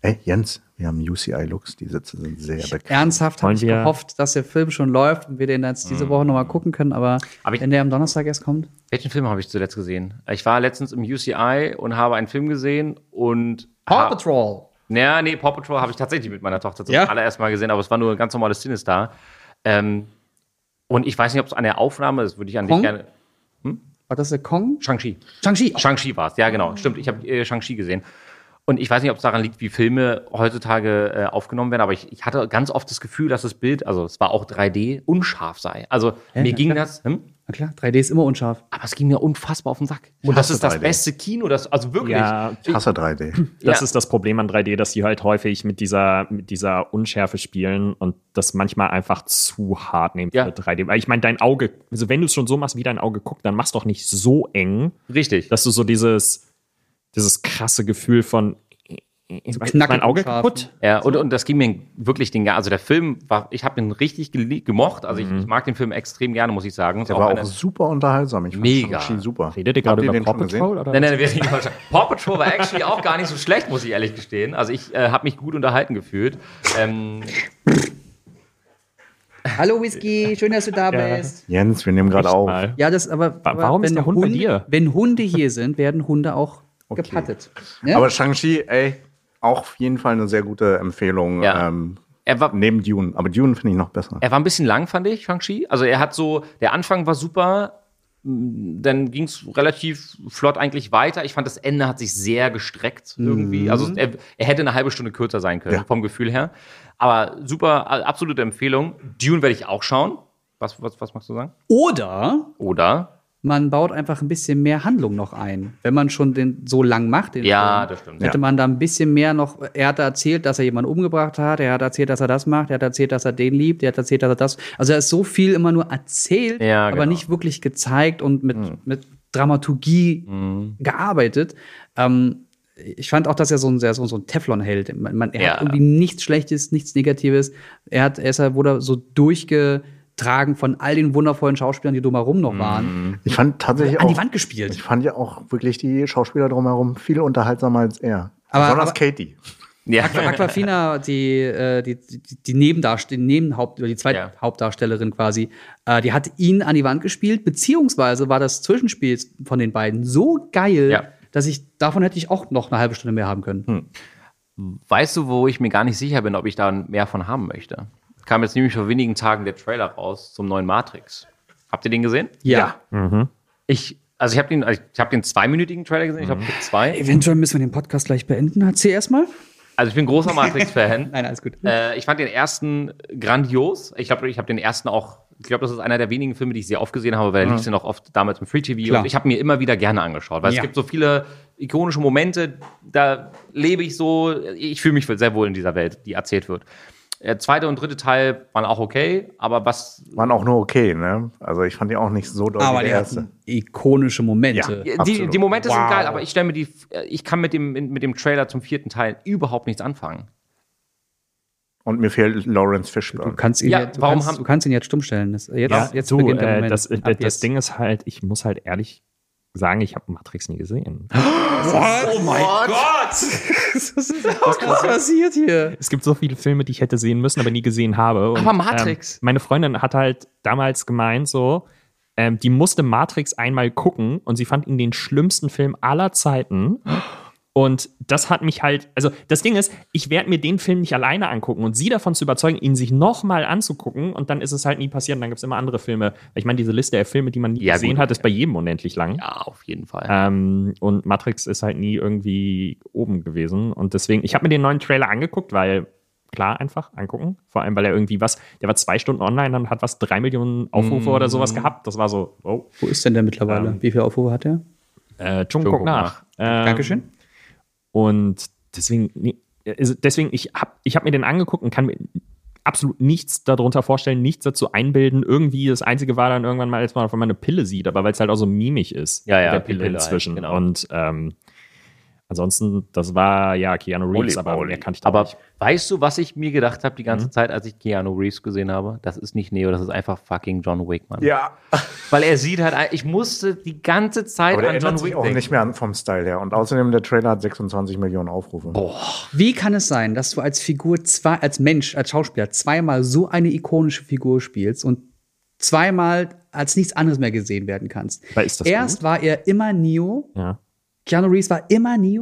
C: Ey, Jens, wir haben UCI Lux, die Sitze sind sehr bequem.
A: Ernsthaft habe
D: Wollen
A: ich
D: wir- Mhm.
A: gehofft, dass der Film schon läuft und wir den jetzt diese Woche nochmal gucken können, aber,
B: Aber ich-
A: wenn der am Donnerstag erst kommt.
B: Welchen Film habe ich zuletzt
D: Ah.
B: gesehen? Ich war letztens im UCI und habe einen Film gesehen und.
A: Paw Patrol.
B: Ja, nee, Paw Patrol habe ich tatsächlich mit meiner Tochter zum
A: Ja?
B: allerersten Mal gesehen, aber es war nur ein ganz normales Sinister. Ähm, und ich weiß nicht, ob es an der Aufnahme, das würde ich an dich
A: Kong?
B: gerne.
A: War das der Kong?
B: Shang-Chi.
A: Shang-Chi. Oh,
B: Shang-Chi war es, ja,
C: Ah.
B: genau. Stimmt, ich habe äh, Shang-Chi gesehen. Und ich weiß nicht, ob es daran liegt, wie Filme heutzutage äh, aufgenommen werden, aber ich, ich hatte ganz oft das Gefühl, dass das Bild, also es war auch 3D, unscharf sei. Also mir ging das, hm?
A: Na klar, 3D ist immer
D: (laughs)
A: unscharf.
B: aber es ging mir unfassbar auf den Sack. Und das
C: hasse
B: ist das
C: 3D.
B: beste Kino, das, also wirklich.
D: Ja,
C: Ich hasse
A: (laughs)
C: 3D.
D: Das
B: Ja.
D: ist das Problem an 3D, dass die halt häufig mit dieser, mit dieser Unschärfe spielen und das manchmal einfach zu hart nehmen für
B: Ja.
D: 3D. Weil ich meine, dein Auge, also wenn du es schon so machst, wie dein Auge guckt, dann machst doch nicht so eng,
B: Richtig.
D: dass du so dieses, dieses krasse Gefühl von ist mein, ist
A: knackig
D: mein Auge
A: unscharf.
D: kaputt.
B: Ja, und, und das ging mir wirklich den, also der Film war, ich habe ihn richtig gele- gemocht, also ich, ich mag den Film extrem gerne, muss ich sagen. Ist
C: Mhm. Der war
B: eine-
C: auch super unterhaltsam. Ich fand
B: Mega.
C: Shang-Chi super.
D: Redet ihr gerade
C: Habt
D: über
C: den
D: Paw
C: schon gesehen?
D: Patrol? Oder?
B: Nein, nein, wir reden über Paw Patrol war actually auch gar nicht so schlecht, muss ich ehrlich gestehen. Also ich äh, habe mich gut unterhalten gefühlt. Ähm,
A: Hallo Whisky, schön, dass du
D: (laughs)
A: da bist.
C: Jens, wir nehmen gerade
D: Echt
C: auf.
D: mal.
A: Ja, das aber. aber
D: warum ist der Hund bei
A: Hunde,
D: dir?
A: Wenn Hunde hier sind, werden Hunde auch gepattet. Ne?
C: Aber Shang-Chi, ey, auch auf jeden Fall eine sehr gute Empfehlung.
B: Ja.
C: Ähm,
B: er, war,
C: neben Dune. Aber Dune finde ich noch besser.
B: er war ein bisschen lang, fand ich, Shang-Chi. Also er hat so, der Anfang war super, m, dann ging es relativ flott eigentlich weiter. Ich fand, das Ende hat sich sehr gestreckt irgendwie. Also er, er hätte eine halbe Stunde kürzer sein können,
C: Ja.
B: vom Gefühl her. Aber super, a- absolute Empfehlung. Dune werde ich auch schauen. Was, was, was machst du sagen?
A: Oder
B: Oder?
A: man baut einfach ein bisschen mehr Handlung noch ein. Wenn man schon den so lang macht, den
B: Ja,
A: Film,
B: das stimmt.
A: hätte man da ein bisschen mehr noch. Er hat erzählt, dass er jemanden umgebracht hat, er hat erzählt, dass er das macht, er hat erzählt, dass er den liebt, er hat erzählt, dass er das. Also er ist so viel immer nur erzählt,
B: Ja,
A: aber
B: genau.
A: nicht wirklich gezeigt und mit, mit Dramaturgie gearbeitet. Ähm, ich fand auch, dass er so ein, sehr- so, so ein Teflon-Held. Man, man, er
B: Ja.
A: hat irgendwie nichts Schlechtes, nichts Negatives. Er hat, er ist, er wurde so durchgetragen von all den wundervollen Schauspielern, die drumherum noch
B: Mhm.
A: waren.
C: Ich fand tatsächlich
A: An die
C: auch.
A: Wand
C: Ich
A: gespielt.
C: fand ja auch wirklich die Schauspieler drumherum viel unterhaltsamer als er.
A: Aber-
C: Besonders
A: aber-
C: Katie.
B: Ja. (laughs)
A: Aquafina, die, äh, die, die, die Nebendarst- die Nebenhaupt, oder die zweite
B: Ja.
A: Hauptdarstellerin quasi, äh, die hat ihn an die Wand gespielt, beziehungsweise war das Zwischenspiel von den beiden so geil,
B: Ja.
A: dass ich, davon hätte ich auch noch eine halbe Stunde mehr haben können.
C: Hm.
B: Weißt du, wo ich mir gar nicht sicher bin, ob ich da mehr von haben möchte? Kam jetzt nämlich vor wenigen Tagen der Trailer raus zum neuen Matrix. Habt ihr den gesehen?
A: Ja.
B: Ich, also ich habe den, also ich habe den zweiminütigen Trailer gesehen.
A: Mhm.
B: Ich habe zwei.
A: Eventuell müssen wir den Podcast gleich beenden. Erzähl erstmal.
B: Also ich bin großer Matrix-Fan.
A: (laughs) Nein, alles gut.
B: Äh, ich fand den ersten grandios. Ich glaube, ich habe den ersten auch. Ich glaube, das ist einer der wenigen Filme, die ich sehr oft gesehen habe, weil er lief ja noch oft damals im Free TV.
A: Klar.
B: Und ich habe mir immer wieder gerne angeschaut, weil
A: Ja.
B: es gibt so viele ikonische Momente, da lebe ich so. Ich fühle mich sehr wohl in dieser Welt, die erzählt wird. Der zweite und dritte Teil waren auch okay, aber was
C: Waren auch nur okay, ne? Also ich fand die auch nicht so doll
A: Aber
C: wie
A: die
C: der erste.
A: hatten ikonische Momente.
C: Ja.
B: die,
C: Absolut.
B: die Momente sind
A: Wow.
B: geil, aber ich stelle mir die, ich kann mit dem, mit dem Trailer zum vierten Teil überhaupt nichts anfangen.
C: Und mir fehlt Lawrence
A: Du
C: Fishburne.
A: kannst ihn,
B: Ja,
A: jetzt, du
B: warum
A: kannst,
B: haben-
A: du kannst ihn jetzt stummstellen. Das, jetzt
D: Ja,
A: jetzt
D: du,
A: beginnt der
D: äh,
A: Moment.
D: das, äh,
A: Ab
D: das
A: jetzt.
D: Ding ist halt, ich muss halt ehrlich sagen, ich habe Matrix nie gesehen.
A: Oh mein (laughs) Gott! Was ist was passiert hier?
D: Äh, Es gibt so viele Filme, die ich hätte sehen müssen, aber nie gesehen habe. Und,
B: Aber Matrix.
D: Ähm, meine Freundin hat halt damals gemeint, so, ähm, die musste Matrix einmal gucken und sie fand ihn den schlimmsten Film aller Zeiten. Und das hat mich halt, also das Ding ist, ich werde mir den Film nicht alleine angucken und sie davon zu überzeugen, ihn sich nochmal anzugucken und dann ist es halt nie passiert und dann gibt es immer andere Filme. Ich meine, diese Liste der Filme, die man nie
B: Ja,
D: gesehen
B: gut.
D: hat, ist bei jedem unendlich lang.
B: Ja, auf jeden Fall.
D: Ähm, und Matrix ist halt nie irgendwie oben gewesen. Und deswegen, ich habe mir den neuen Trailer angeguckt, weil klar, einfach angucken. Vor allem, weil er irgendwie was, der war zwei Stunden online und hat was, drei Millionen Aufrufe oder sowas gehabt. Das war so, oh,
A: Wo ist denn der mittlerweile? Wie viele Aufrufe hat er?
D: äh, Chung, guck
B: guck
D: nach. Ähm,
A: Dankeschön.
D: Und deswegen, nee, also deswegen, ich habe ich hab mir den angeguckt und kann mir absolut nichts darunter vorstellen, nichts dazu einbilden. Irgendwie, das Einzige war dann irgendwann mal, als man auf einmal eine Pille sieht, aber weil es halt auch so mimig ist.
B: Ja, ja,
D: mit der
B: die
D: Pille,
B: Pille halt,
D: inzwischen.
B: genau.
D: Und ähm, ansonsten, das war ja Keanu Reeves,
B: Holy
D: aber
B: moly.
D: mehr kannte ich da
B: aber
D: nicht.
B: weißt du, was ich mir gedacht habe die ganze
A: Mhm.
B: Zeit, als ich Keanu Reeves gesehen habe? Das ist nicht Neo, das ist einfach fucking John Wick, Mann.
C: Ja,
B: Weil er sieht halt, ich musste die ganze Zeit
C: aber der
B: an John
C: ändert
B: Wick
C: sich auch
B: denken.
C: nicht mehr an- vom Style her. Und außerdem, der Trailer hat 26 Millionen Aufrufe.
B: Oh.
A: Wie kann es sein, dass du als Figur zwei, als Mensch, als Schauspieler zweimal so eine ikonische Figur spielst und zweimal als nichts anderes mehr gesehen werden kannst?
D: Aber ist das
A: Erst war er immer Neo,
D: Ja.
A: Keanu Reeves war immer Neo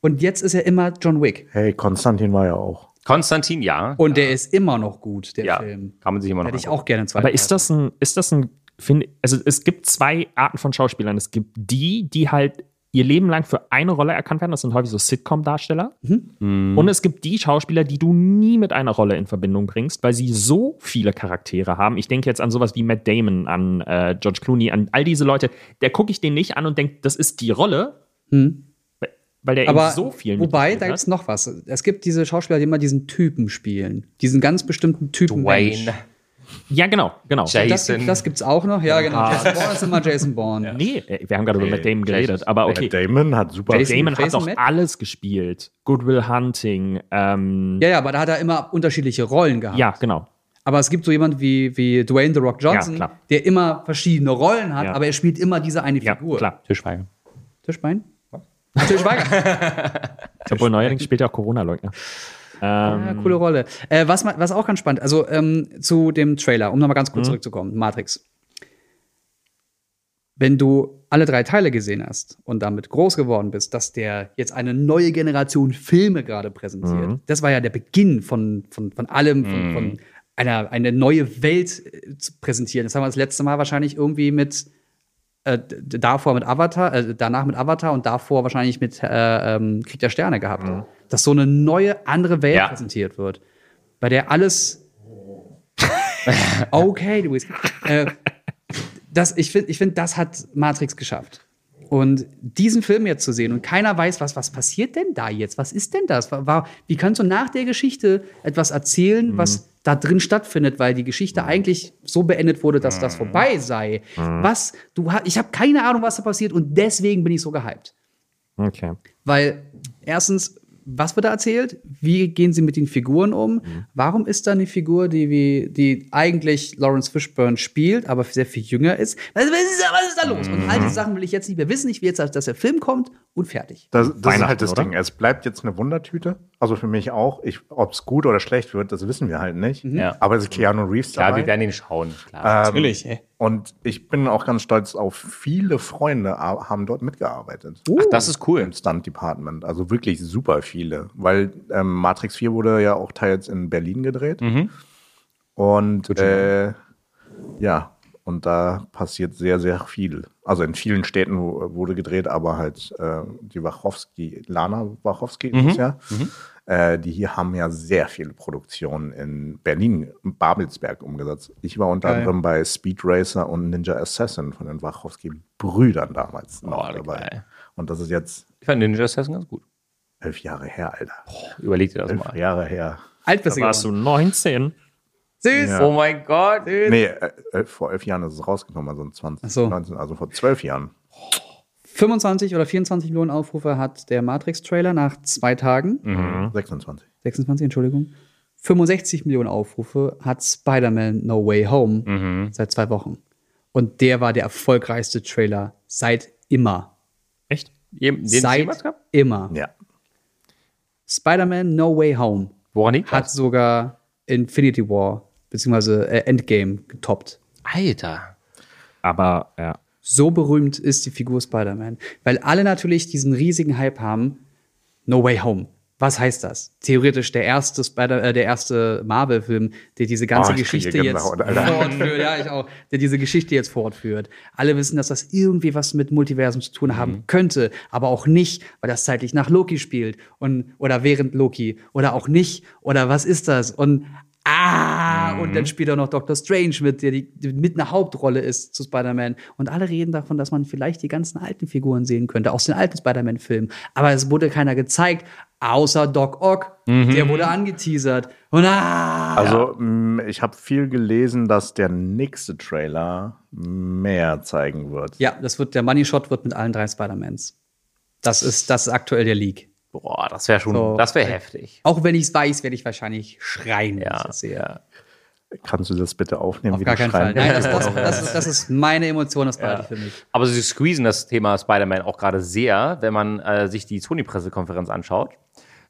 A: Und jetzt ist er immer John Wick.
C: Hey, Konstantin war ja auch.
B: Konstantin, ja.
A: Und der ist immer noch gut, der
B: ja.
A: Film.
B: Kann man sich immer noch
A: Hätte ich
B: angucken.
A: auch gerne zwei.
D: Aber ist das ein, ist das ein, finde also es gibt zwei Arten von Schauspielern. Es gibt die, die halt ihr Leben lang für eine Rolle erkannt werden, das sind häufig so Sitcom-Darsteller.
A: Mhm.
D: Und es gibt die Schauspieler, die du nie mit einer Rolle in Verbindung bringst, weil sie so viele Charaktere haben. Ich denke jetzt an sowas wie Matt Damon, an äh, George Clooney, an all diese Leute. Der gucke ich den nicht an und denke, das ist die Rolle, weil- weil der
A: Hm. Aber
D: in so vielen
A: wobei,
D: mitgespielt ne?
A: da
D: hat.
A: gibt es noch was. Es gibt diese Schauspieler, die immer diesen Typen spielen. Diesen ganz bestimmten Typen. Mensch.
B: Wayne,
D: Ja, genau, genau.
B: Jason.
A: Das, gibt- das gibt's auch noch. Ja,
D: Ah.
A: genau. Jason Bourne ist immer Jason Bourne.
D: Nee, äh, wir haben gerade über Matt Damon
B: Jason-
D: geredet, aber okay.
C: Damon hat super.
A: Jason-
D: Damon hat doch
A: Matt?
D: alles gespielt. Goodwill Hunting. Ähm,
A: Ja, ja, aber da hat er immer unterschiedliche Rollen gehabt.
D: ja, genau.
A: Aber es gibt so jemand wie, wie Dwayne The Rock Johnson,
D: Ja, klar.
A: der immer verschiedene Rollen hat,
D: Ja.
A: aber er spielt immer diese eine
D: Ja,
A: Figur.
D: klar.
B: Tischweiger.
A: Tischbein?
D: (laughs)
A: Tischweiger.
D: Obwohl neuerdings spielt er auch Corona-Leugner.
A: ja, coole Rolle. Äh, was, ma- was auch ganz spannend, also ähm, zu dem Trailer, um nochmal ganz
D: Mhm.
A: kurz zurückzukommen, Matrix. Wenn du alle drei Teile gesehen hast und damit groß geworden bist, dass der jetzt eine neue Generation Filme gerade präsentiert, das war ja der Beginn von, von, von allem, von, von einer eine neue Welt äh, zu präsentieren. Das haben wir das letzte Mal wahrscheinlich irgendwie mit äh, d- davor mit Avatar, äh, danach mit Avatar und davor wahrscheinlich mit äh, ähm, Krieg der Sterne gehabt. Dass so eine neue, andere Welt
B: Ja.
A: präsentiert wird, bei der alles. okay, Luis. Äh, das, ich finde, ich find, das hat Matrix geschafft. Und diesen Film jetzt zu sehen und keiner weiß, was, was passiert denn da jetzt? Was ist denn das? Wa- wa- wie kannst du nach der Geschichte etwas erzählen, was da drin stattfindet, weil die Geschichte eigentlich so beendet wurde, dass das vorbei sei? Was? Du, ha- ich habe keine Ahnung, was da passiert und deswegen bin ich so gehypt.
D: Okay.
A: Weil erstens, was wird da erzählt? Wie gehen sie mit den Figuren um?
D: Mhm.
A: Warum ist da eine Figur, die, wie, die eigentlich Lawrence Fishburne spielt, aber sehr viel jünger ist? Was, was, ist, da, was ist da los? Und all diese
D: Mhm.
A: Sachen will ich jetzt nicht mehr wissen. Ich will jetzt, dass der Film kommt und fertig.
C: Das, das ist
D: Weihnachten,
C: halt das
D: oder?
C: Ding. Es bleibt jetzt eine Wundertüte. Also für mich auch. Ob es gut oder schlecht wird, das wissen wir halt nicht.
B: Mhm. Ja.
C: Aber es ist Keanu Reeves
B: Ja,
C: dabei.
B: wir werden ihn schauen, klar.
A: Natürlich, ey.
C: Und ich bin auch ganz stolz auf viele Freunde a- haben dort mitgearbeitet.
B: Ach, das ist cool.
C: Im Stunt Department. Also wirklich super viele. Weil ähm, Matrix 4 wurde ja auch teils in Berlin gedreht.
B: Mhm.
C: Und äh, ja, und da passiert sehr, sehr viel. Also in vielen Städten wo- wurde gedreht, aber halt äh, die Wachowski, Lana Wachowski
B: Mhm.
C: ist es ja. Äh, die hier haben ja sehr viele Produktionen in Berlin, in Babelsberg umgesetzt. Ich war unter anderem bei Speed Racer und Ninja Assassin von den Wachowski-Brüdern damals noch
B: Oh,
C: dabei.
B: geil.
C: Und das ist jetzt
B: Ich fand Ninja Assassin ganz gut.
C: elf Jahre her, Alter.
B: Überleg dir das
C: elf
B: mal.
C: Jahre her.
A: Alt bist
D: Da
A: du
D: warst du
A: geworden.
D: 19.
A: Süß.
B: Oh mein Gott.
C: Nee, äh, elf- vor elf Jahren ist es rausgekommen, also in 2019, also vor zwölf Jahren.
A: 25 oder 24 Millionen Aufrufe hat der Matrix-Trailer nach zwei Tagen.
D: Mhm.
C: Mhm. 26.
A: 26, Entschuldigung. 65 Millionen Aufrufe hat Spider-Man No Way Home
D: Mhm.
A: seit zwei Wochen. Und der war der erfolgreichste Trailer seit immer.
D: Echt?
B: Den, den es jemals
A: seit
B: gab?
A: immer.
C: Ja.
A: Spider-man No Way Home
B: Woran liegt
A: hat
B: das?
A: sogar Infinity War bzw. Äh, Endgame getoppt.
B: Alter.
D: Aber, ja.
A: So berühmt ist die Figur Spider-Man, weil alle natürlich diesen riesigen Hype haben. No Way Home. Was heißt das? Theoretisch der erste, Spider äh, der erste Marvel-Film, der diese ganze
C: Oh, ich kriege
A: Geschichte jetzt
C: Gänsehaut, Alter.
A: fortführt. Ja, ich auch. Der diese Geschichte jetzt fortführt. Alle wissen, dass das irgendwie was mit Multiversum zu tun haben
C: Mhm.
A: könnte, aber auch nicht, weil das zeitlich nach Loki spielt und oder während Loki oder auch nicht oder was ist das? Und ah, und
B: Mhm.
A: dann spielt auch noch Doctor Strange mit, der die, die mit einer Hauptrolle ist zu Spider-Man. Und alle reden davon, dass man vielleicht die ganzen alten Figuren sehen könnte, aus den alten Spider-Man-Filmen. Aber es wurde keiner gezeigt, außer Doc Ock.
B: Mhm.
A: Der wurde angeteasert. Und ah,
C: Also, m, ich habe viel gelesen, dass der nächste Trailer mehr zeigen wird.
A: Ja, das wird der Money Shot wird mit allen drei Spider-Mans. Das ist, das ist aktuell der League.
B: Boah, das wäre schon,
A: So. äh,
B: das wäre heftig.
A: Auch wenn ich es weiß, werde ich wahrscheinlich schreien, wenn ich
B: Ja,
A: das sehe.
C: Kannst du das bitte aufnehmen?
A: Auf
C: wie
A: gar
C: du
A: keinen Fall.
C: schreien?
A: Nein, das,
B: (laughs)
A: das, das, ist, das ist meine Emotion, das war die für mich.
B: Aber sie squeezen das Thema Spider-Man auch gerade sehr, wenn man äh, sich die Sony-Pressekonferenz anschaut.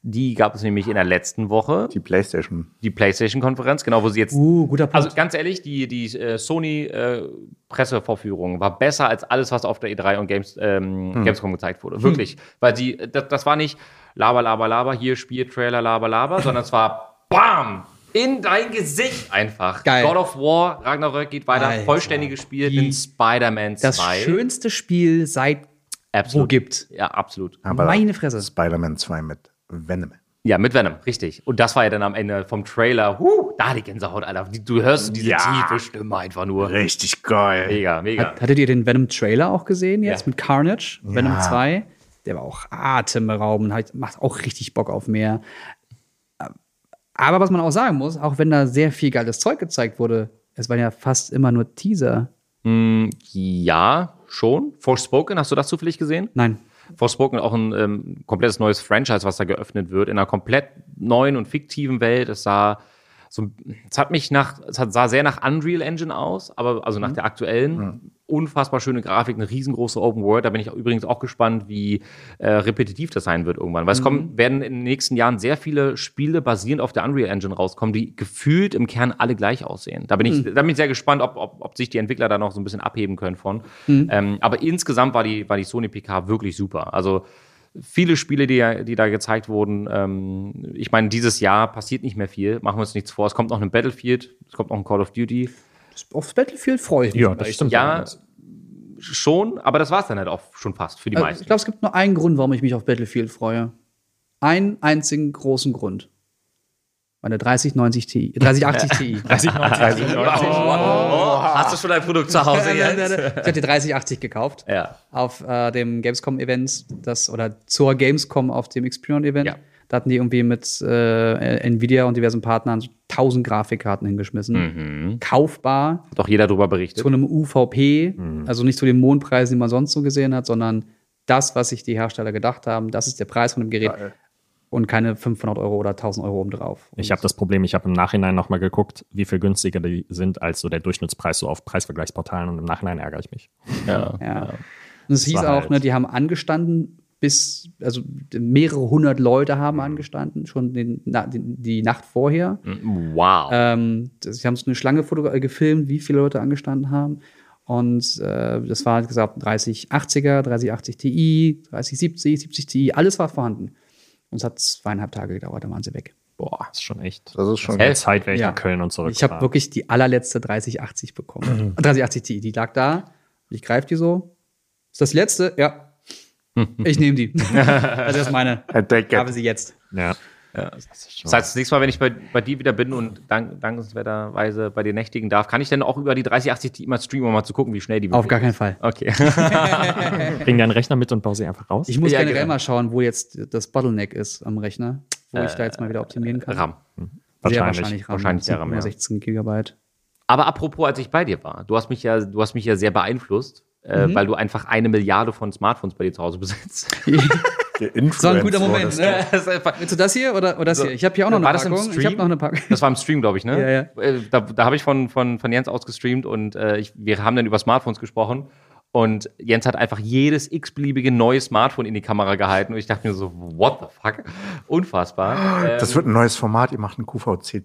B: Die gab es nämlich in der letzten Woche,
C: Die Playstation.
B: die PlayStation-Konferenz, genau, wo sie jetzt
A: Uh, guter Punkt.
B: Also ganz ehrlich, die, die äh, Sony-Pressevorführung war besser als alles, was auf der E3 und Games, ähm,
A: Hm.
B: Gamescom gezeigt wurde. Wirklich. Weil sie, äh, das, das war nicht laber, laber, laber, hier Spieltrailer, laber, laber, sondern es war BAM! In dein Gesicht einfach.
A: Geil.
B: God of War, Ragnarök geht weiter,
A: Alter.
B: vollständiges Spiel
A: Die-
B: in Spider-Man 2.
A: das schönste Spiel seit wo
B: absolut.
A: gibt.
B: Ja, absolut.
C: Aber
A: Meine Fresse.
C: Spider-Man 2 mit Venom.
B: Ja, mit Venom, richtig. Und das war ja dann am Ende vom Trailer, huh, da die Gänsehaut, Alter. Die- Du hörst diese
C: Ja.
B: tiefe Stimme einfach nur.
C: Richtig geil.
B: Mega, mega.
A: Hat, hattet ihr den Venom-Trailer auch gesehen jetzt
B: Ja.
A: mit Carnage? Venom 2? Der war auch atemberaubend, hat- macht auch richtig Bock auf mehr. Aber was man auch sagen muss, auch wenn da sehr viel geiles Zeug gezeigt wurde, es waren ja fast immer nur Teaser.
B: Ja, schon. Forspoken, hast du das zufällig gesehen?
A: Nein,
B: Forspoken, auch ein ähm, komplettes neues Franchise, was da geöffnet wird, in einer komplett neuen und fiktiven Welt. Es sah so, ein- es hat mich nach, es hat, sah sehr nach Unreal Engine aus, aber also nach der aktuellen. Unfassbar schöne Grafik, eine riesengroße Open World. Da bin ich übrigens auch gespannt, wie äh, repetitiv das sein wird irgendwann. Weil es kommen, werden in den nächsten Jahren sehr viele Spiele basierend auf der Unreal Engine rauskommen, die gefühlt im Kern alle gleich aussehen. Da bin ich, da bin ich sehr gespannt, ob, ob, ob sich die Entwickler da noch so ein bisschen abheben können von. Ähm, aber insgesamt war die, war die Sony PK wirklich super. Also viele Spiele, die, ja- die da gezeigt wurden. Ähm, ich meine, dieses Jahr passiert nicht mehr viel. Machen wir uns nichts vor. Es kommt noch ein Battlefield, es kommt noch ein Call of Duty.
A: aufs Battlefield freue ich mich.
D: Ja, das stimmt.
B: Ja, schon, aber das war es dann halt auch schon fast für die
A: Also,
B: meisten.
A: ich glaube, es gibt nur einen Grund, warum ich mich auf Battlefield freue. Einen einzigen großen Grund. Meine 3090 Ti, 3080 Ti. (laughs)
B: hast du schon dein Produkt zu Hause jetzt? (laughs)
A: ich hatte die 3080 gekauft.
B: Ja.
A: Auf äh, dem Gamescom-Event, das oder zur Gamescom auf dem Xperion-Event.
B: Ja.
A: Da hatten die irgendwie mit äh, Nvidia und diversen Partnern so 1000 Grafikkarten hingeschmissen.
B: Mhm.
A: Kaufbar
B: Doch jeder darüber berichtet.
A: zu einem UVP,
B: Mhm.
A: also nicht zu den Mondpreisen, die man sonst so gesehen hat, sondern das, was sich die Hersteller gedacht haben, das ist der Preis von dem Gerät. Und keine 500 Euro oder 1000 Euro obendrauf.
D: Ich habe das Problem, ich habe im Nachhinein nochmal geguckt, wie viel günstiger die sind als so der Durchschnittspreis so auf Preisvergleichsportalen und im Nachhinein ärgere ich mich.
B: Ja.
A: Ja. Und es hieß
D: war
A: auch,
D: halt-
A: ne, die haben angestanden, bis, also mehrere hundert Leute
D: Mhm.
A: haben angestanden, schon den, na, den, die Nacht vorher.
B: Wow.
A: Ähm, das- sie haben so eine Schlange foto- äh, gefilmt, wie viele Leute angestanden haben. Und äh, das war wie gesagt 3080er, 3080 Ti, 3070, 70 Ti, alles war vorhanden. Und es hat zweieinhalb Tage gedauert, dann waren sie weg.
D: Boah, ist schon echt.
C: Das ist schon
B: hält-
D: Zeit wäre ich
A: Ja.
D: nach Köln und zurück.
A: Ich habe wirklich die allerletzte 3080
B: Mhm.
A: bekommen. 3080 Ti, die lag da. Ich greife die so. Ist das die letzte? Ja.
B: (laughs)
A: Ich nehme die. also das ist meine.
C: Entdecke.
A: Habe sie jetzt.
D: Ja.
B: Das heißt, das nächste Mal, wenn ich bei, bei dir wieder bin und dank, dankenswerterweise bei dir nächtigen darf, kann ich dann auch über die 3080 Ti mal streamen, um mal zu gucken, wie schnell die
A: Auf gar
B: wirklich
A: keinen Fall.
B: ist. Okay.
D: Bring deinen Rechner mit und baue sie einfach raus.
A: Ich muss
B: Ja,
A: generell
B: genau.
A: mal schauen, wo jetzt das Bottleneck ist am Rechner, wo ich da jetzt mal wieder optimieren
B: (laughs)
A: kann.
B: Äh, RAM.
A: Sehr
D: Wahrscheinlich.
A: wahrscheinlich RAM.
B: Wahrscheinlich der RAM, ja.
A: 16 Gigabyte. (laughs)
B: Aber apropos, als ich bei dir war, du hast mich ja, du hast mich ja sehr beeinflusst,
A: Mhm.
B: äh, weil du einfach eine Milliarde von Smartphones bei dir zu Hause besitzt.
A: (laughs) Das war ein guter Moment. Ne?
B: Das ist einfach-
A: Willst du das hier oder, oder das hier? Ich habe hier auch noch
B: War
A: eine
B: das im
A: Packung. Ich
B: Stream?
A: habe noch eine Packung.
B: (laughs) Das war im Stream, glaube ich, ne?
A: Ja, ja.
B: Äh, Da, da habe ich von, von, von Jens aus gestreamt und äh, ich, wir haben dann über Smartphones gesprochen. Und Jens hat einfach jedes x-beliebige neue Smartphone in die Kamera gehalten. Und ich dachte mir so, what the fuck?
A: (gasps)
B: Unfassbar.
A: ne?
C: Das wird ein neues Format, ihr macht einen QVC.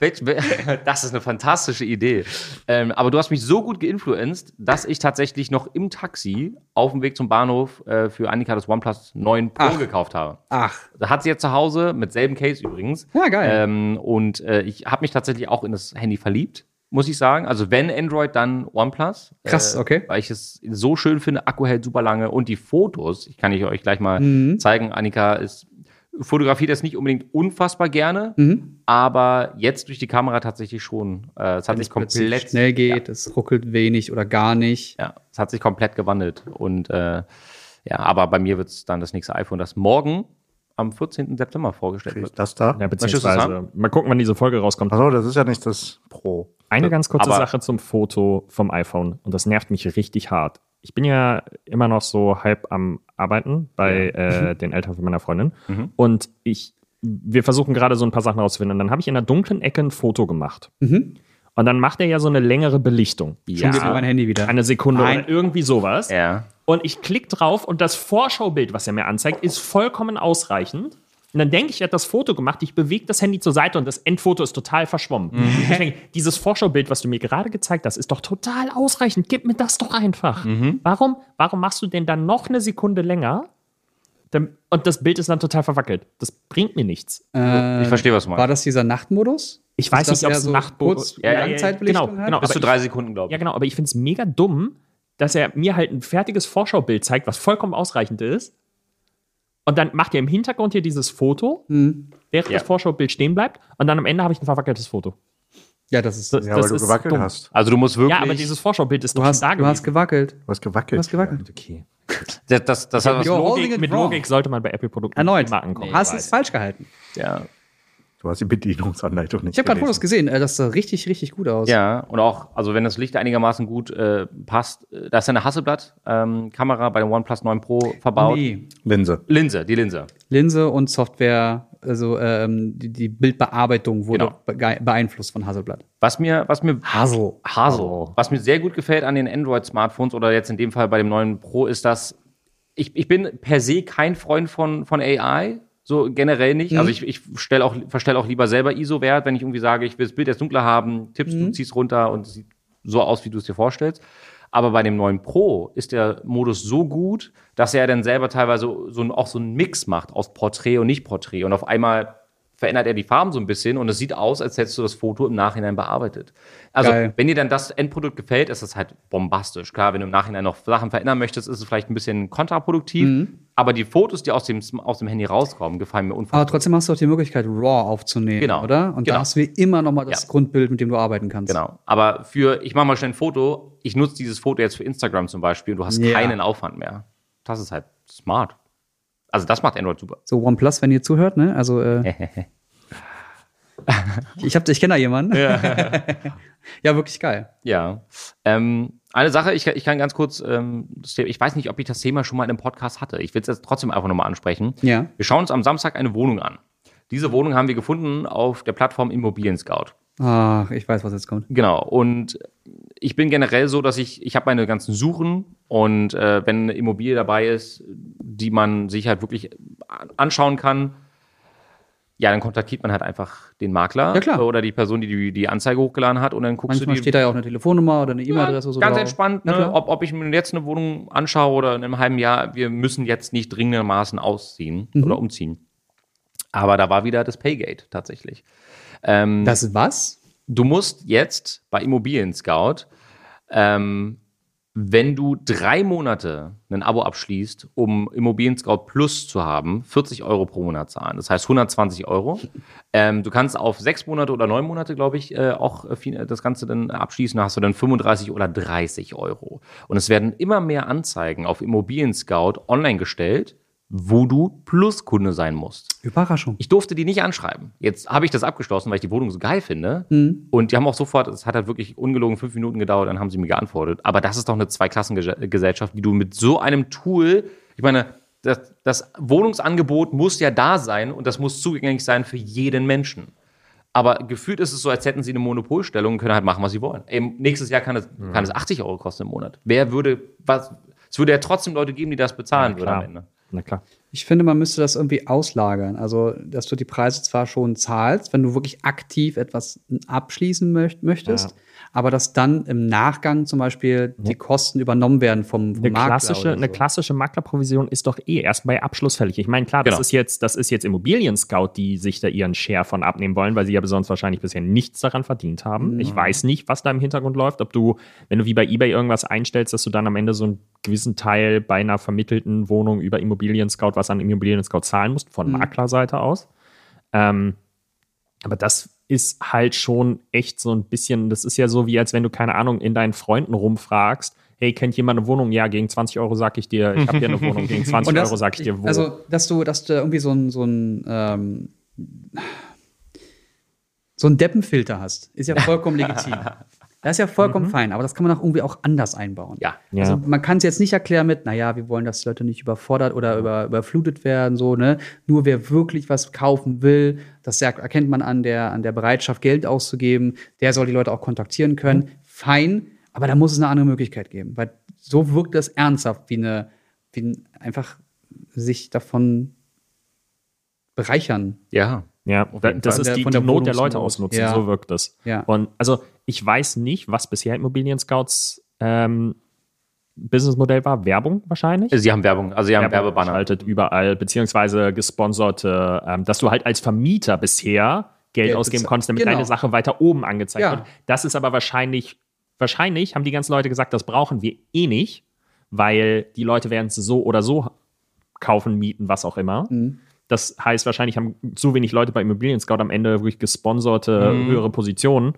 B: Welch- wel- (laughs) Das ist eine fantastische Idee. Ähm, aber du hast mich so gut geinfluenced, dass ich tatsächlich noch im Taxi auf dem Weg zum Bahnhof äh, für Annika das OnePlus 9 Pro
A: Ach.
B: gekauft habe.
A: Ach,
B: Da hat sie jetzt zu Hause, mit selben Case übrigens.
A: Ja, geil.
B: Ähm, und äh, ich habe mich tatsächlich auch in das Handy verliebt, muss ich sagen. Also wenn Android, dann OnePlus. Äh,
A: Krass, okay.
B: Weil ich es so schön finde, Akku hält super lange und die Fotos, ich kann ich euch gleich mal
A: Mhm.
B: zeigen, Annika ist fotografiert das nicht unbedingt unfassbar gerne,
A: Mhm.
B: aber jetzt durch die Kamera tatsächlich schon. Äh, es hat sich komplett
A: plötzlich schnell geht, es ruckelt wenig oder gar nicht.
B: ja, es hat sich komplett gewandelt. Und äh, ja, aber bei mir wird es dann das nächste iPhone, das morgen am 14. September vorgestellt wird.
C: Das da?
D: Ja,
B: Möchtest du's
D: beziehungsweise, mal gucken, wann diese Folge rauskommt.
C: Achso, das ist ja nicht das Pro.
A: Äh,
D: Eine ganz kurze
B: Aber-
D: Sache zum Foto vom iPhone und das nervt mich richtig hart. Ich bin ja immer noch so halb am Arbeiten bei
A: Mhm.
D: äh, den Eltern von meiner Freundin und ich, wir versuchen gerade so ein paar Sachen rauszufinden. Und dann habe ich in der dunklen Ecke ein Foto gemacht und dann macht er ja so eine längere Belichtung.
A: Mhm. Schon geht mir mein Handy wieder.
D: Eine Sekunde
A: Nein.
D: oder irgendwie sowas.
B: Ja.
D: Und ich klicke drauf und das Vorschaubild, was er mir anzeigt, ist vollkommen ausreichend. Und dann denke ich, er hat das Foto gemacht, ich bewege das Handy zur Seite und das Endfoto ist total verschwommen. Ich denke, dieses Vorschaubild, was du mir gerade gezeigt hast, ist doch total ausreichend. Gib mir das doch einfach. Warum, warum machst du denn dann noch eine Sekunde länger? Dann- Und das Bild ist dann total verwackelt. Das bringt mir nichts.
B: Ich verstehe, was du
A: Äh, War
B: meinst.
A: das dieser Nachtmodus?
D: Ich weiß
A: Ist das
D: nicht, ob
A: eher
D: es
A: so
D: Nachtbo-
A: kurz-
D: Ja, ja, ja,
A: Langzeitbelichtung
D: genau,
A: hat?
D: genau.
B: Bis zu
D: aber
B: drei Sekunden, glaube ich.
D: Ja, genau, aber ich finde es mega dumm, dass er mir halt ein fertiges Vorschaubild zeigt, was vollkommen ausreichend ist. Und dann macht er im Hintergrund hier dieses Foto,
A: Hm.
D: während
B: Ja.
D: das Vorschaubild stehen bleibt. Und dann am Ende habe ich ein verwackeltes Foto.
A: Ja, das ist.
D: Das-
C: Ja, weil
D: das
C: du
D: ist
C: gewackelt
D: dumm.
C: hast.
B: Also du musst wirklich.
D: Ja, aber dieses Vorschaubild ist
A: Du
D: doch
A: hast,
D: schon da
A: du hast
D: gewesen.
A: gewackelt.
C: Du hast
A: Du
C: gewackelt.
A: hast gewackelt.
D: okay.
B: das, das, das hat was.
A: Jo. You're holding
D: Logik,
A: it
D: mit
A: wrong.
D: Logik sollte man bei Apple-Produkten
A: Erneut.
D: immer ankommen.
A: Hast es falsch gehalten.
B: Ja.
C: Du hast die Bedienungsanleitung nicht
A: Ich habe gerade Fotos
C: gelesen.
A: gesehen. äh, Das sah richtig, richtig gut aus.
B: ja, und auch, also wenn das Licht einigermaßen gut äh, passt, äh, da ist ja eine Hasselblatt-Kamera bei dem OnePlus 9 Pro verbaut.
A: Nee.
C: Linse.
B: Linse, die Linse.
A: Linse und Software, also ähm, die, die Bildbearbeitung wurde
B: Genau.
A: bege- beeinflusst von Hasselblatt.
B: Was mir, was mir
A: Hasel.
B: Hasel. Was mir sehr gut gefällt an den Android-Smartphones oder jetzt in dem Fall bei dem neuen Pro ist, dass ich, ich bin per se kein Freund von, von AI. So generell nicht. Also ich, ich stell auch, verstelle auch lieber selber ISO-Wert, wenn ich irgendwie sage, ich will das Bild jetzt dunkler haben, tippst du, ziehst runter und es sieht so aus, wie du es dir vorstellst. Aber bei dem neuen Pro ist der Modus so gut, dass er dann selber teilweise so ein, auch so einen Mix macht aus Porträt und Nicht-Porträt. Und auf einmal verändert er die Farben so ein bisschen und es sieht aus, als hättest du das Foto im Nachhinein bearbeitet. Also,
A: Geil.
B: wenn dir dann das Endprodukt gefällt, ist es halt bombastisch. Klar, wenn du im Nachhinein noch Sachen verändern möchtest, ist es vielleicht ein bisschen kontraproduktiv. Aber die Fotos, die aus dem, Sm- aus dem Handy rauskommen, gefallen mir unfassbar.
A: Aber trotzdem hast du auch die Möglichkeit, RAW aufzunehmen,
B: Genau.
A: oder? Und
B: Genau.
A: da hast du immer noch mal das
B: Ja.
A: Grundbild, mit dem du arbeiten kannst.
B: Genau. Aber für, ich mache mal schnell ein Foto, ich nutze dieses Foto jetzt für Instagram zum Beispiel und du hast
A: Ja.
B: keinen Aufwand mehr. Das ist halt smart. Also, das macht Android super.
A: So OnePlus, wenn ihr zuhört, ne? Also
B: (laughs)
A: äh, ich hab, ich kenne da jemanden. Ja. (laughs) wirklich geil.
B: Ja. Ähm, eine Sache, ich, ich kann ganz kurz, ähm, das Thema- ich weiß nicht, ob ich das Thema schon mal in einem Podcast hatte. Ich will es jetzt trotzdem einfach nochmal ansprechen.
A: Ja.
B: Wir schauen uns am Samstag eine Wohnung an. Diese Wohnung haben wir gefunden auf der Plattform Immobilien Scout.
A: Ach, ich weiß, was jetzt kommt.
B: Genau. Und ich bin generell so, dass ich, ich habe meine ganzen Suchen und äh, wenn eine Immobilie dabei ist, die man sich halt wirklich an- anschauen kann, ja, dann kontaktiert man halt einfach den Makler
A: Ja, klar.
B: oder die Person, die, die die Anzeige hochgeladen hat und dann guckst
A: Manchmal
B: du die
A: steht da ja auch eine Telefonnummer oder eine
B: ja,
A: E-Mail-Adresse oder so.
B: Ganz
A: drauf.
B: entspannt,
A: Na
B: ne?
A: klar.
B: ob, ob ich mir jetzt eine Wohnung anschaue oder in einem halben Jahr, wir müssen jetzt nicht dringendermaßen ausziehen
A: Mhm.
B: oder umziehen. Aber da war wieder das Paygate tatsächlich. Ähm,
A: das was?
B: du musst jetzt bei Immobilien Scout, ähm, wenn du drei Monate ein Abo abschließt, um Immobilien Scout Plus zu haben, 40 Euro pro Monat zahlen. Das heißt 120 Euro. Ähm, du kannst auf sechs Monate oder neun Monate, glaube ich, äh, auch äh, fin- äh, das Ganze dann abschließen. Da hast du dann 35 oder 30 Euro. Und es werden immer mehr Anzeigen auf Immobilien Scout online gestellt, wo du Pluskunde sein musst.
A: Überraschung.
B: Ich durfte die nicht anschreiben. Jetzt habe ich das abgeschlossen, weil ich die Wohnung so geil finde. Und die haben auch sofort, es hat halt wirklich ungelogen fünf Minuten gedauert, dann haben sie mir geantwortet. Aber das ist doch eine Zweiklassengesellschaft, die du mit so einem Tool, ich meine, das, das Wohnungsangebot muss ja da sein und das muss zugänglich sein für jeden Menschen. Aber gefühlt ist es so, als hätten sie eine Monopolstellung und können halt machen, was sie wollen. Eben nächstes Jahr kann es, kann es 80 Euro kosten im Monat. Wer würde, was, es würde ja trotzdem Leute geben, die das bezahlen würden am Ende.
D: Also Na klar.
A: Ich finde, man müsste das irgendwie auslagern. Also, dass du die Preise zwar schon zahlst, wenn du wirklich aktiv etwas abschließen möcht möchtest,
D: Ja.
A: aber dass dann im Nachgang zum Beispiel die Kosten übernommen werden vom, vom
D: Eine
A: Makler.
D: klassische,
A: oder so.
D: eine klassische Maklerprovision ist doch eh erst bei Abschluss fällig. Ich meine, klar, das
B: Genau.
D: ist jetzt, das ist jetzt Immobilien Scout, die sich da ihren Share von abnehmen wollen, weil sie ja sonst wahrscheinlich bisher nichts daran verdient haben.
A: Mhm.
D: Ich weiß nicht, was da im Hintergrund läuft, ob du, wenn du wie bei eBay irgendwas einstellst, dass du dann am Ende so einen gewissen Teil bei einer vermittelten Wohnung über Immobilien Scout, was an Immobilien Scout zahlen musst,
A: Mhm.
D: von Maklerseite aus. Ähm, aber das ist halt schon echt so ein bisschen, das ist ja so wie, als wenn du, keine Ahnung, in deinen Freunden rumfragst, hey, kennt jemand eine Wohnung? Ja, gegen 20 Euro sag ich dir, ich hab
A: (laughs)
D: hier eine Wohnung, gegen 20
A: Und das-
D: Euro sag ich dir, wo.
A: Also, dass du, dass du irgendwie so ein, so ein, ähm, so ein Deppenfilter hast, ist ja vollkommen legitim. Das ist ja vollkommen fein, aber das kann man auch irgendwie auch anders einbauen.
B: Ja.
D: Ja.
A: Also man kann es jetzt nicht erklären mit, naja, wir wollen, dass die Leute nicht überfordert oder über, überflutet werden, so, ne? Nur wer wirklich was kaufen will, das er- erkennt man an der, an der Bereitschaft, Geld auszugeben, der soll die Leute auch kontaktieren können. Fein, Aber da muss es eine andere Möglichkeit geben, weil so wirkt das ernsthaft wie eine, wie ein einfach sich davon bereichern.
B: Ja.
D: Ja, da, das
A: Fall.
D: ist
A: Der-
D: die,
A: von
D: die
A: der
D: Not der Leute
A: Wohnungsnot.
D: ausnutzen,
A: Ja.
D: so wirkt das.
A: Ja.
D: Und also ich weiß nicht, was bisher Immobilien-Scouts ähm, Businessmodell war. Werbung wahrscheinlich.
B: Sie haben Werbung, also sie haben Werbebanner.
D: Schaltet überall, beziehungsweise gesponserte, ähm, dass du halt als Vermieter bisher Geld
A: Geld
D: ausgeben
A: bezahlt.
D: konntest, damit
A: Genau.
D: deine Sache weiter oben angezeigt
A: Ja.
D: wird. Das ist aber wahrscheinlich, wahrscheinlich haben die ganzen Leute gesagt, das brauchen wir eh nicht, weil die Leute werden es so oder so kaufen, mieten, was auch immer.
A: Mhm. Hm.
D: Das heißt, wahrscheinlich haben zu wenig Leute bei Immobilien Scout am Ende wirklich gesponserte
B: Mhm.
D: höhere Positionen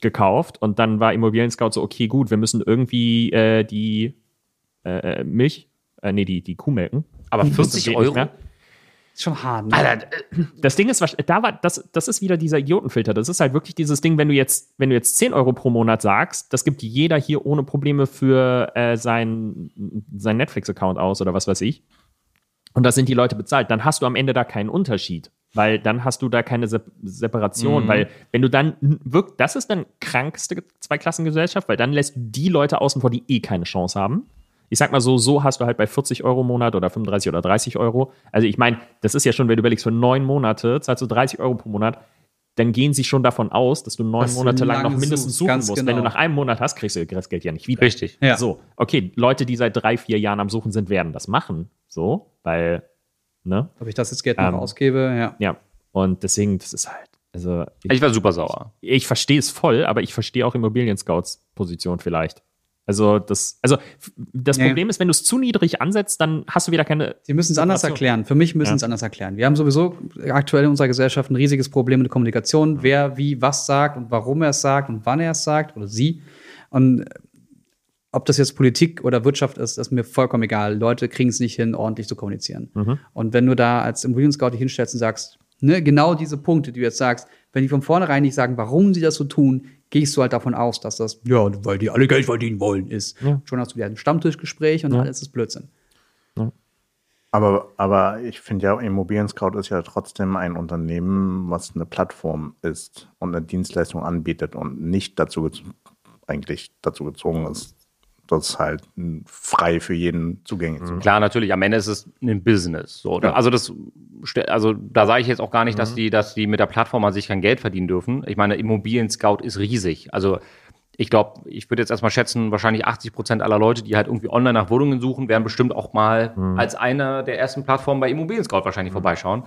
D: gekauft. Und dann war Immobilien Scout so, okay, gut, wir müssen irgendwie äh, die äh, äh, Milch, äh, nee, die, die Kuh melken.
B: Aber
D: Das
B: 40
D: geht nicht
B: Euro?
D: mehr.
A: Ist schon hart. Ne?
B: Alter,
D: Das Ding ist, wahrsch- da war, das, das ist wieder dieser Idiotenfilter. Das ist halt wirklich dieses Ding, wenn du jetzt, wenn du jetzt 10 Euro pro Monat sagst, das gibt jeder hier ohne Probleme für äh, seinen sein Netflix-Account aus oder was weiß ich. Und das sind die Leute bezahlt, dann hast du am Ende da keinen Unterschied. Weil dann hast du da keine Sep
A: Mhm.
D: Separation, weil wenn du dann wirkt, das ist dann krankste Zweiklassengesellschaft, weil dann lässt du die Leute außen vor, die eh keine Chance haben. Ich sag mal so, so hast du halt bei 40 Euro im Monat oder 35 oder 30 Euro. Also ich meine, das ist ja schon, wenn du überlegst, für neun Monate zahlst du 30 Euro pro Monat, dann gehen sie schon davon aus, dass du neun
A: Dass du
D: Monate lang
A: lange
D: noch mindestens
A: suchst,
D: suchen
A: ganz
D: musst. Wenn
A: genau.
D: du nach einem Monat hast, kriegst du das Geld ja nicht wieder.
B: Richtig.
A: Ja.
D: So, okay, Leute, die seit drei, vier Jahren am Suchen sind, werden das machen. So, weil, ne?
A: Ob ich das jetzt Geld noch
D: Ähm.
A: ausgebe, ja.
D: Ja. Und deswegen, das ist halt, also ich,
B: ich war super sauer.
D: ich verstehe es voll, aber ich verstehe auch Immobilien-Scouts Position vielleicht. Also das, also f- das
A: Nee.
D: Problem ist, wenn du es zu niedrig ansetzt, dann hast du wieder keine.
A: Sie müssen es anders
D: Separation.
A: erklären. Für mich müssen sie es anders erklären. Wir haben sowieso aktuell in unserer Gesellschaft ein riesiges Problem mit Kommunikation. Wer wie was sagt und warum er es sagt und wann er es sagt oder sie. Und äh, ob das jetzt Politik oder Wirtschaft ist, ist mir vollkommen egal. Leute kriegen es nicht hin, ordentlich zu kommunizieren. Und wenn du da als Immobilien-Scout dich hinstellst und sagst, ne, genau diese Punkte, die du jetzt sagst, wenn die von vornherein nicht sagen, warum sie das so tun, gehst du halt davon aus, dass das, ja, weil die alle Geld verdienen wollen, ist. Schon hast du wieder ein Stammtischgespräch und alles ist Blödsinn.
C: Aber, aber ich finde ja, Immobilien Scout ist ja trotzdem ein Unternehmen, was eine Plattform ist und eine Dienstleistung anbietet und nicht dazu gez- eigentlich dazu gezwungen ist, das halt m, frei für jeden zugänglich zu machen.
B: Klar, natürlich. Am Ende ist es ein Business. So, ne? Also das, ste- also da sage ich jetzt auch gar nicht, dass die, dass die mit der Plattform an sich kein Geld verdienen dürfen. Ich meine, Immobilien-Scout ist riesig. Also ich glaube, ich würde jetzt erstmal schätzen, wahrscheinlich 80 Prozent aller Leute, die halt irgendwie online nach Wohnungen suchen, werden bestimmt auch mal als einer der ersten Plattformen bei Immobilien-Scout wahrscheinlich vorbeischauen.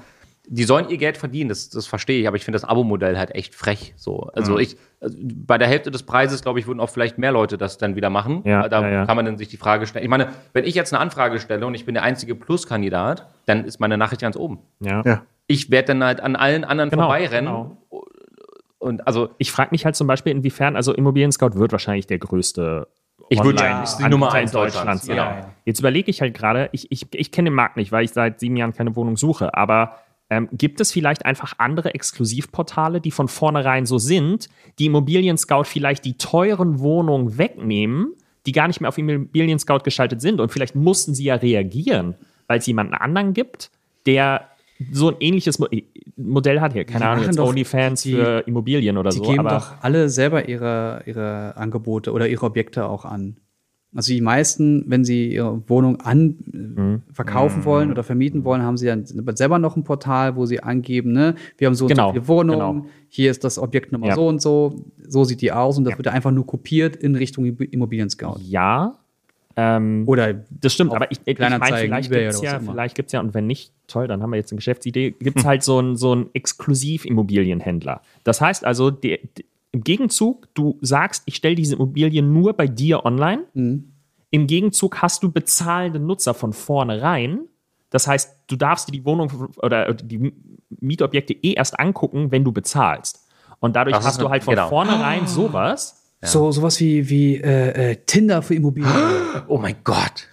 B: Die sollen ihr Geld verdienen, das, das verstehe ich, aber ich finde das Abo-Modell halt echt frech. So. Also ich, also bei der Hälfte des Preises, glaube ich, würden auch vielleicht mehr Leute das dann wieder machen.
D: Ja,
B: Äh, da
D: ja, ja.
B: kann man dann sich die Frage stellen. Ich meine, wenn ich jetzt eine Anfrage stelle und ich bin der einzige Pluskandidat, dann ist meine Nachricht ganz oben.
D: Ja.
C: Ja.
B: Ich werde dann halt an allen anderen
D: Genau,
B: vorbeirennen.
D: genau.
B: Und also
D: Ich frage mich halt zum Beispiel, inwiefern, also Immobilien Scout wird wahrscheinlich der größte.
B: Ich würde-
D: Online-
B: Ja, ist die Nummer
D: Anbieter
B: eins Deutschlands,
D: Genau.
B: ja.
D: Jetzt überlege ich halt gerade, ich, ich, ich kenne den Markt nicht, weil ich seit sieben Jahren keine Wohnung suche, aber ähm, gibt es vielleicht einfach andere Exklusivportale, die von vornherein so sind, die Immobilien Scout vielleicht die teuren Wohnungen wegnehmen, die gar nicht mehr auf Immobilien Scout geschaltet sind und vielleicht mussten sie ja reagieren, weil es jemanden anderen gibt, der so ein ähnliches Mo Modell hat hier. Keine Ahnung,
A: machen
D: jetzt
A: doch
D: OnlyFans
A: die-
D: für äh, Immobilien oder
A: Die
D: so.
A: geben
D: aber
A: doch alle selber ihre, ihre Angebote oder ihre Objekte auch an. Also die meisten, wenn sie ihre Wohnung an
D: Mhm.
A: äh, verkaufen wollen oder vermieten wollen, haben sie dann selber noch ein Portal, wo sie angeben, ne, wir haben so und
D: Genau,
A: so viele Wohnungen,
D: genau.
A: hier ist das Objekt Nummer
D: Ja.
A: so und so, so sieht die aus und das wird dann einfach nur kopiert in Richtung Immobilien-Scout.
D: Ja. Ähm,
A: Oder
D: das stimmt, aber ich, ich meine,
A: Kleinanzeigen,
D: vielleicht
A: eBay
D: gibt es
A: oder was
D: ja,
A: auch immer.
D: vielleicht gibt's ja, und wenn nicht, toll, dann haben wir jetzt
A: (laughs)
D: eine Geschäftsidee, gibt es halt so einen so einen Exklusiv-Immobilienhändler. Das heißt also, die, die, im Gegenzug, du sagst, ich stelle diese Immobilie nur bei dir online.
A: Mhm.
D: Im Gegenzug hast du bezahlende Nutzer von vornherein. Das heißt, du darfst dir die Wohnung oder die Mietobjekte eh erst angucken, wenn du bezahlst. Und dadurch
B: Das ist
D: hast du
B: eine-
D: halt von
B: genau.
A: Ah.
D: vornherein sowas.
A: so sowas wie, wie äh, äh, Tinder für
D: (gasps)
A: Immobilien.
B: Oh mein Gott.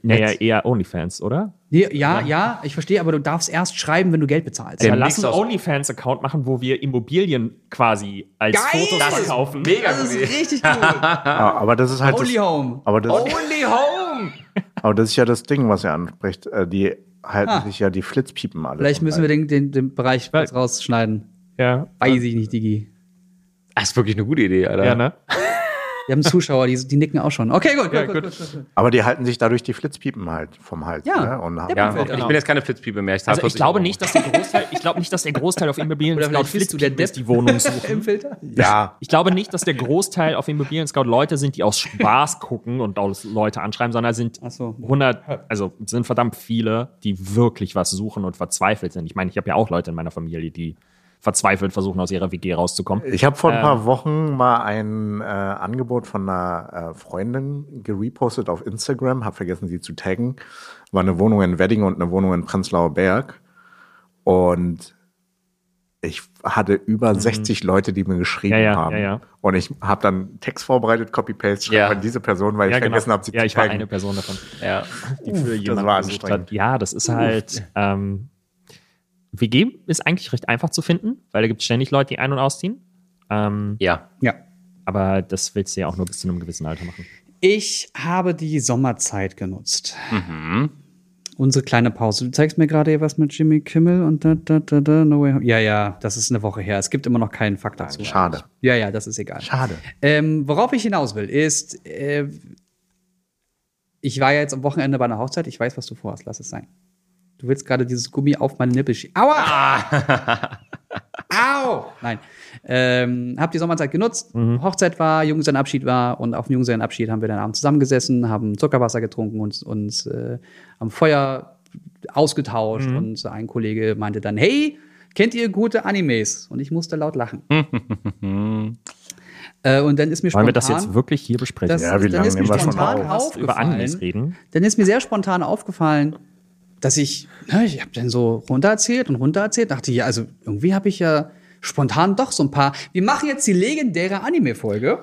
D: Naja, eher OnlyFans, oder?
A: ja, ja, ja, ich verstehe, aber du darfst erst schreiben, wenn du Geld bezahlst.
D: Ja,
B: Der
D: lass
B: Mix
D: einen
B: aus-
D: OnlyFans-Account machen, wo wir Immobilien quasi als
A: Geil!
D: Fotos
A: Das ist
D: verkaufen.
B: Mega
A: das ist
B: gut.
D: (laughs)
A: richtig cool.
C: Ja, aber das ist halt das,
A: Only Home.
C: aber das,
B: Only Home!
C: aber das ist ja das Ding, was er anspricht. Äh, Die halten
A: Ah.
C: sich ja die Flitzpiepen alle.
A: Vielleicht müssen wir den, den, den Bereich
D: Weil-
A: kurz rausschneiden.
D: Ja,
A: Weiß ich nicht, Digi.
B: Das ist wirklich eine gute Idee, Alter.
D: ja, ne?
A: Wir haben Zuschauer, die, die nicken auch schon. Okay, gut, gut, gut, gut, gut, gut.
C: Aber die halten sich dadurch die Flitzpiepen halt vom Hals.
A: Ja,
C: Ne? Und
A: der
C: haben
B: Ja,
A: Genau.
B: ich um. bin jetzt keine Flitzpiepe mehr. zahle
D: Also ich
B: 40
D: glaube
B: Euro.
D: nicht, dass der Großteil, ich glaube nicht, dass der Großteil auf Immobilien
A: Oder vielleicht bist du der Depp.
D: die Wohnung
A: (laughs)
D: suchen.
A: Im Filter.
C: ja.
D: Ich glaube nicht, dass der Großteil auf Immobilien Scout Leute sind, die aus Spaß gucken und aus Leute anschreiben, sondern sind
A: Ach so.
D: 100, also sind verdammt viele, die wirklich was suchen und verzweifelt sind. Ich meine, ich habe ja auch Leute in meiner Familie, die verzweifelt versuchen, aus ihrer WG rauszukommen.
C: Ich habe vor ein
D: Ähm.
C: paar Wochen mal ein äh, Angebot von einer äh, Freundin gerepostet auf Instagram, habe vergessen, sie zu taggen. War eine Wohnung in Wedding und eine Wohnung in Prenzlauer Berg. Und ich hatte über 60 Leute, die mir geschrieben
D: Mhm. Ja, ja,
C: haben.
D: ja, ja.
C: Und ich habe dann Text vorbereitet, Copy-Paste, schreibe
B: Ja.
C: an diese Person, weil ich vergessen habe, sie
D: ja,
C: zu
D: ich war
C: taggen.
D: eine Person davon.
B: Ja.
D: die für jemanden
C: war
D: gesucht
C: anstrengend.
D: hat. Ja, das ist halt. Ähm, WG ist eigentlich recht einfach zu finden, weil da gibt es ständig Leute, die ein- und ausziehen. Ähm,
B: Ja.
A: Ja.
D: aber das willst du ja auch nur bis zu einem gewissen Alter machen.
A: Ich habe die Sommerzeit genutzt. Unsere kleine Pause. Du zeigst mir gerade hier was mit Jimmy Kimmel und da, da, da, da, no way home. Ja, ja, das ist eine Woche her. Es gibt immer noch keinen Fakt dazu.
C: Schade.
A: Ja, ja, das ist egal.
C: Schade.
A: Ähm, worauf ich hinaus will, ist, äh, ich war ja jetzt am Wochenende bei einer Hochzeit. Ich weiß, was du vorhast. Lass es sein. Du willst gerade dieses Gummi auf meine Nippel schieben. Aua!
D: Ah. (laughs)
A: Au! Nein. Ähm, hab die Sommerzeit genutzt.
D: Mhm.
A: Hochzeit war, Junggesellenabschied war und auf dem Junggesellenabschied haben wir dann abends zusammengesessen, haben Zuckerwasser getrunken und uns äh, am Feuer ausgetauscht
D: Mhm.
A: und ein Kollege meinte dann, hey, kennt ihr gute Animes? Und ich musste laut
D: (laughs)
A: lachen. äh, und dann ist mir spontan...
D: Wollen wir das jetzt wirklich hier besprechen?
A: das,
C: Ja, wie
A: dann
C: lange
A: ist mir
C: nehmen wir schon
A: spontan
C: auf?
A: aufgefallen,
D: über Animes reden.
A: dann ist mir sehr spontan aufgefallen, dass ich, ne, ich habe dann so runtererzählt und runtererzählt, dachte ja, also irgendwie habe ich ja spontan doch so ein paar. Wir machen jetzt die legendäre Anime-Folge.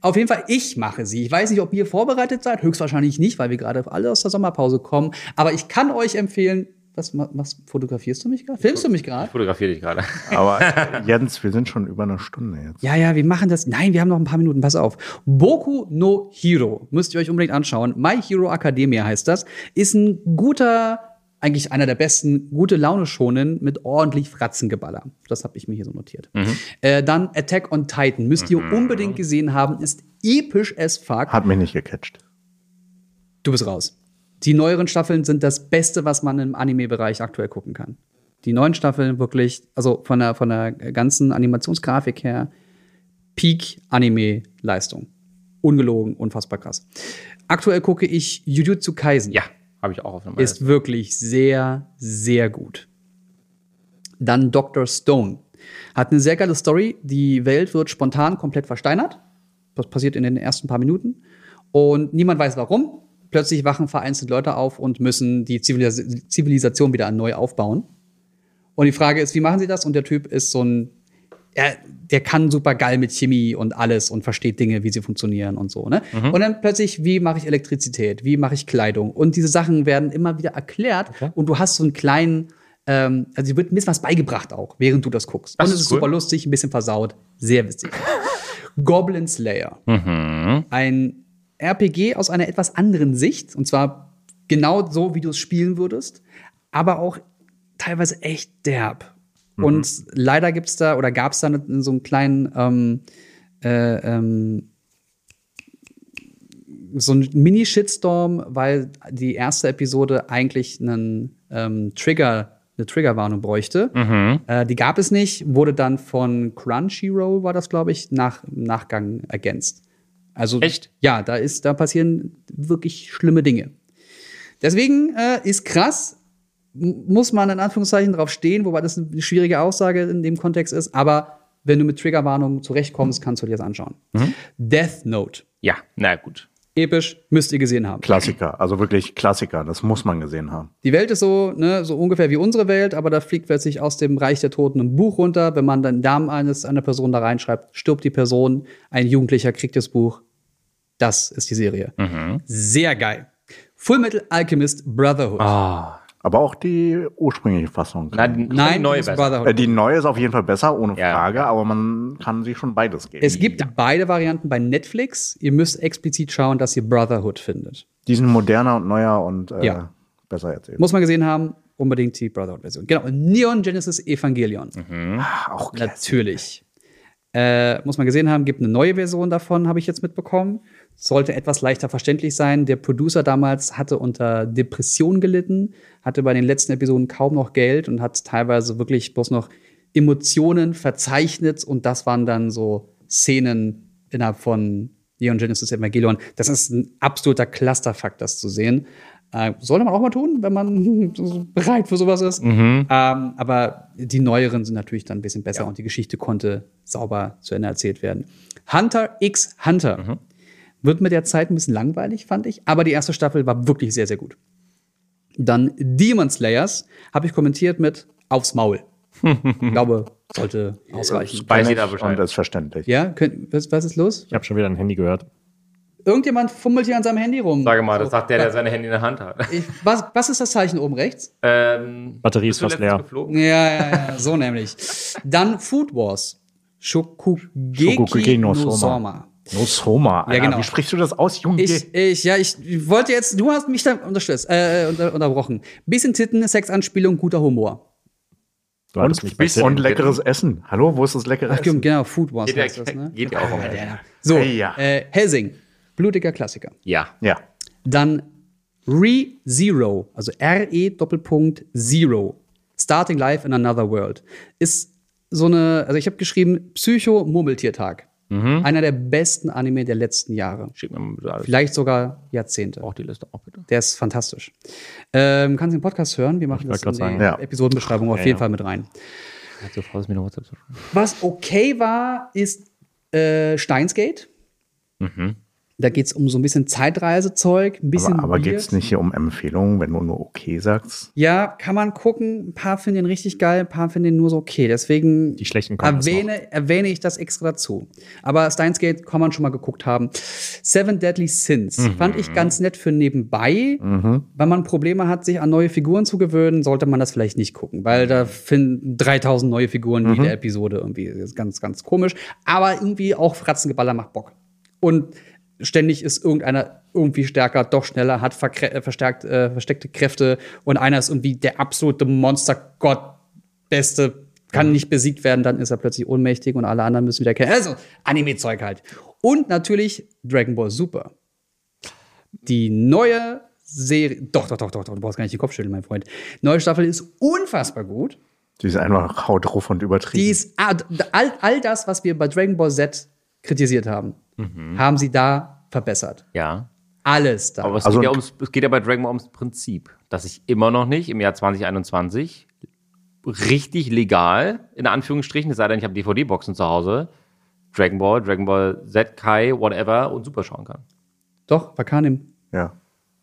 A: Auf jeden Fall, ich mache sie. Ich weiß nicht, ob ihr vorbereitet seid, höchstwahrscheinlich nicht, weil wir gerade alle aus der Sommerpause kommen. Aber ich kann euch empfehlen, was, ma- was fotografierst du mich gerade? Filmst du mich gerade?
B: Ich fotografiere dich gerade. (laughs)
D: (laughs)
C: Aber Jens, wir sind schon über eine Stunde jetzt.
A: Ja, ja, wir machen das. Nein, wir haben noch ein paar Minuten. Pass auf. Boku no Hero. Müsst ihr euch unbedingt anschauen. My Hero Academia heißt das. Ist ein guter, eigentlich einer der besten, gute Laune schonen mit ordentlich Fratzengeballer. Das habe ich mir hier so notiert. Äh, dann Attack on Titan. Müsst ihr unbedingt gesehen haben. Ist episch as fuck.
C: Hat mich nicht gecatcht.
A: Du bist raus. Die neueren Staffeln sind das Beste, was man im Anime-Bereich aktuell gucken kann. Die neuen Staffeln wirklich, also von der, von der ganzen Animationsgrafik her, Peak-Anime-Leistung. Ungelogen, unfassbar krass. Aktuell gucke ich Jujutsu Kaisen.
B: Ja, habe ich auch auf einer
A: Ist wirklich sehr, sehr gut. Dann Dr. Stone. Hat eine sehr geile Story. Die Welt wird spontan komplett versteinert. Das passiert in den ersten paar Minuten. Und niemand weiß warum. Plötzlich wachen vereinzelt Leute auf und müssen die Zivilis Zivilisation wieder neu aufbauen. Und die Frage ist, wie machen sie das? Und der Typ ist so ein, er, der kann super geil mit Chemie und alles und versteht Dinge, wie sie funktionieren und so. Ne?
B: Mhm.
A: Und dann plötzlich, wie mache ich Elektrizität? Wie mache ich Kleidung? Und diese Sachen werden immer wieder erklärt und du hast so einen kleinen, ähm, also dir wird ein bisschen was beigebracht auch, während du das guckst.
B: Das
A: und es
B: ist
A: ist
B: cool.
A: super lustig, ein bisschen versaut, sehr
B: (laughs)
A: witzig. Goblin Slayer. Ein RPG aus einer etwas anderen Sicht. Und zwar genau so, wie du es spielen würdest, aber auch teilweise echt derb. Und leider gibt es da oder gab es da ne- so einen kleinen ähm, äh, ähm, so einen Mini-Shitstorm, weil die erste Episode eigentlich einen ähm, Trigger, eine Triggerwarnung bräuchte. Äh, die gab es nicht, wurde dann von Crunchyroll, war das, glaube ich, nach im Nachgang ergänzt. Also
B: Echt?
A: ja, da ist, da passieren wirklich schlimme Dinge. Deswegen äh, ist krass, m- muss man in Anführungszeichen drauf stehen, wobei das eine schwierige Aussage in dem Kontext ist, aber wenn du mit Triggerwarnungen zurechtkommst, kannst du dir das anschauen. Death Note.
B: Ja, na gut.
A: Episch, müsst ihr gesehen haben.
C: Klassiker, also wirklich Klassiker, das muss man gesehen haben.
A: Die Welt ist so, ne, so ungefähr wie unsere Welt, aber da fliegt plötzlich aus dem Reich der Toten ein Buch runter. Wenn man den Namen eines einer Person da reinschreibt, stirbt die Person. Ein Jugendlicher kriegt das Buch. Das ist die Serie. Sehr geil. Full Metal Alchemist Brotherhood.
B: Ah,
D: Ah.
C: Aber auch die ursprüngliche Fassung.
B: Na, Nein, neue
A: das ist
B: Version.
A: Brotherhood.
C: Äh, die neue ist auf jeden Fall besser, ohne
B: Ja.
C: Frage, aber man kann sich schon beides geben.
A: Es gibt beide Varianten bei Netflix. Ihr müsst explizit schauen, dass ihr Brotherhood findet.
C: die sind moderner und neuer und äh,
A: Ja.
C: besser erzählt.
A: Muss man gesehen haben, unbedingt die Brotherhood-Version. Genau. Neon Genesis Evangelion.
C: auch
A: Natürlich. Äh, muss man gesehen haben, gibt eine neue Version davon, habe ich jetzt mitbekommen. Sollte etwas leichter verständlich sein. Der Producer damals hatte unter Depression gelitten, hatte bei den letzten Episoden kaum noch Geld und hat teilweise wirklich bloß noch Emotionen verzeichnet und das waren dann so Szenen innerhalb von Neon Genesis Evangelion. Das ist ein absoluter Clusterfuck, das zu sehen. Äh, sollte man auch mal tun, wenn man (laughs) bereit für sowas ist. Ähm, aber die neueren sind natürlich dann ein bisschen besser und die Geschichte konnte sauber zu Ende erzählt werden. Hunter x Hunter wird mit der Zeit ein bisschen langweilig, fand ich. Aber die erste Staffel war wirklich sehr, sehr gut. Dann Demon Slayers habe ich kommentiert mit Aufs Maul. ich glaube, sollte ausreichen.
B: Weiß
C: Kenn
B: jeder
C: ich
B: Bescheid.
C: Und ist verständlich.
A: Ja, könnt, was, was ist los?
D: Ich habe schon wieder ein Handy gehört.
A: Irgendjemand fummelt hier an seinem Handy rum.
B: Sage mal, das sagt der, der sein Handy in der Hand hat.
A: Ich, was, was ist das Zeichen oben rechts?
B: Ähm,
D: Batterie
B: bist
D: ist
B: du
D: fast
B: letztens
D: leer.
B: geflogen?
A: Ja, ja, ja, so nämlich. Dann Food Wars. Shokugeki
C: Shokugeki
A: no
C: no
A: Soma.
C: No Soma, Alter.
A: genau.
C: Wie sprichst du das aus, Junge?
A: Ich, ich, ja, ich wollte jetzt, du hast mich da unterstützt, äh, unter, unterbrochen. Bisschen Titten, Sexanspielung, guter Humor.
D: Du hattest mich
C: und,
D: bei
C: bis- und
D: Tippen.
C: leckeres Essen. Hallo, wo ist das leckere
A: Ach,
C: Essen?
A: genau, Food Wars
B: Geht ja-
A: heißt das, ne?
B: Geht ja auch um.
A: So,
C: Ey, ja.
A: äh, Helsing, blutiger Klassiker.
B: Ja.
C: Ja.
A: Dann Re-Zero, also R-E Doppelpunkt Zero. Starting Life in Another World. Ist so eine, also ich habe geschrieben, Psycho-Murmeltiertag. Einer der besten Anime der letzten Jahre.
B: Schick mir mal bitte alles.
A: Vielleicht sogar Jahrzehnte.
B: Auch die Liste auch bitte.
A: Der ist fantastisch. Ähm, kannst den Podcast hören. Wir machen das in
D: wollte
A: die
D: grad
C: sagen, ja.
A: Episodenbeschreibung auf
D: Ja,
A: jeden
D: ja.
A: Fall mit rein.
B: Kannst du Frau mir eine WhatsApp zu schreiben?
A: Was okay war, ist äh, Steins Gate. Da geht es um so ein bisschen Zeitreisezeug, ein bisschen.
C: Aber, aber
A: weird.
C: geht es nicht hier um Empfehlungen, wenn du nur okay sagst?
A: Ja, kann man gucken. Ein paar finden den richtig geil, ein paar finden den nur so okay. Deswegen
D: Die schlechten kommen jetzt
A: erwähne, erwähne ich das extra dazu. Aber Steins Gate kann man schon mal geguckt haben. Seven Deadly Sins fand ich ganz nett für nebenbei. Wenn man Probleme hat, sich an neue Figuren zu gewöhnen, sollte man das vielleicht nicht gucken, weil da finden 3000 neue Figuren jede Episode irgendwie. Das ist ganz, ganz komisch. Aber irgendwie auch Fratzengeballer macht Bock. Und ständig ist irgendeiner irgendwie stärker, doch schneller, hat verkrä- äh, verstärkt, äh, versteckte Kräfte und einer ist irgendwie der absolute Monstergott, beste, kann nicht besiegt werden, dann ist er plötzlich ohnmächtig und alle anderen müssen wieder kämpfen. Also, Anime-Zeug halt. Und natürlich Dragon Ball Super. Die neue Serie, doch, doch, doch, doch, doch, du brauchst gar nicht den Kopf schütteln, mein Freund. Neue Staffel ist unfassbar gut.
C: Die ist einfach haut drauf und übertrieben.
A: Die ist, ah, d- all, all das, was wir bei Dragon Ball Z kritisiert haben, haben sie da verbessert.
B: Ja.
A: Alles da.
B: Aber es,
C: Also-
B: geht ja ums, es geht ja bei Dragon Ball ums Prinzip, dass ich immer noch nicht im Jahr 2021 richtig legal, in Anführungsstrichen, es sei denn, ich habe DVD-Boxen zu Hause, Dragon Ball, Dragon Ball Z, Kai, whatever und Super schauen kann.
A: Doch, Vakanim.
C: ja,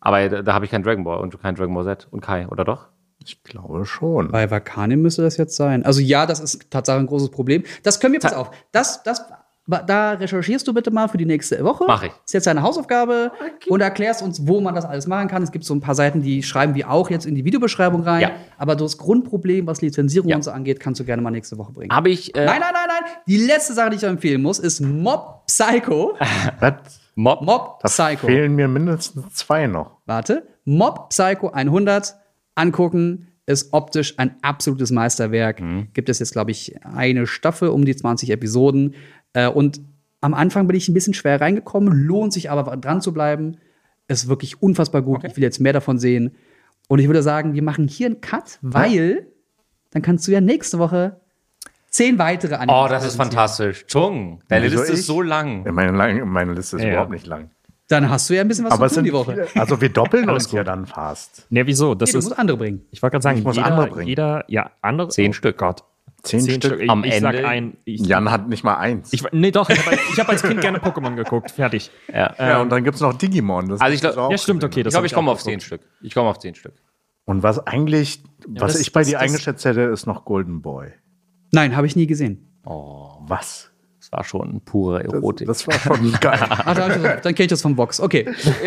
B: Aber da, da habe ich kein Dragon Ball und kein Dragon Ball Z und Kai, oder doch?
C: ich glaube schon.
A: Bei Vakanim müsste das jetzt sein. Also ja, das ist tatsächlich ein großes Problem. Das können wir, pass auf, das, das, da recherchierst du bitte mal für die nächste Woche.
B: Mach ich.
A: Ist jetzt deine Hausaufgabe und erklärst uns, wo man das alles machen kann. Es gibt so ein paar Seiten, die schreiben wir auch jetzt in die Videobeschreibung rein.
B: Ja.
A: Aber das Grundproblem, was Lizenzierung
B: Ja.
A: und so angeht, kannst du gerne mal nächste Woche bringen.
B: Habe ich äh,
A: nein, nein, nein, nein. Die letzte Sache, die ich empfehlen muss, ist Mob
B: (laughs)
A: Psycho.
C: Das,
B: Mob,
A: Mob
C: da
A: Psycho.
C: fehlen mir mindestens zwei noch.
A: warte, Mob Psycho 100 angucken, ist optisch ein absolutes Meisterwerk.
C: Mhm.
A: Gibt es jetzt, glaube ich, eine Staffel um die 20 Episoden. Äh, und am Anfang bin ich ein bisschen schwer reingekommen, lohnt sich aber dran zu bleiben. Ist wirklich unfassbar gut. Ich will jetzt mehr davon sehen. Und ich würde sagen, wir machen hier einen Cut, weil dann kannst du ja nächste Woche zehn weitere angucken.
B: Oh, das ist fantastisch. Chung, deine
C: Wieso
B: Liste
C: ich?
B: ist so lang.
C: Ja, Meine, lang- meine Liste ist
D: Ja, ja.
C: überhaupt nicht lang.
A: Dann hast du ja ein bisschen was
C: Aber es
A: zu tun
C: sind
A: die Woche.
C: viele- Also wir doppeln
D: Alles
C: uns ja
D: gut.
C: dann fast.
D: Ne, wieso? Das
A: Nee, du
D: ist.
A: musst andere bringen.
D: Ich wollte gerade sagen,
C: Ich muss
D: jeder,
C: andere bringen.
D: jeder, ja, andere.
B: Zehn Stück.
D: Gott.
C: Zehn, Stück.
D: Ich,
B: am
D: ich sag
B: Ende.
D: ein. Ich,
C: Jan hat nicht mal eins.
D: ich, nee, doch. Ich habe als, ich hab als Kind gerne Pokémon geguckt. Fertig. Äh,
B: Ja.
C: ja, und dann gibt es noch Digimon. Das
B: Also ich glaub-
C: hast du auch
D: Ja, stimmt,
C: gesehen.
D: okay.
B: ich
D: das hab
B: glaube, ich komme
D: auch
B: auf zehn
D: geguckt.
B: Stück. Ich komme auf zehn Stück.
C: Und was eigentlich, was
D: das-
C: ich bei
D: das-
C: dir
D: das-
C: eingeschätzt hätte, ist noch Golden Boy.
A: Nein, habe ich nie gesehen.
C: Was?
B: Das war schon pure Erotik.
C: Das war schon (laughs) geil.
A: (laughs) Ach, da hab ich das- dann kenne ich das vom Vox. Okay.
C: (laughs)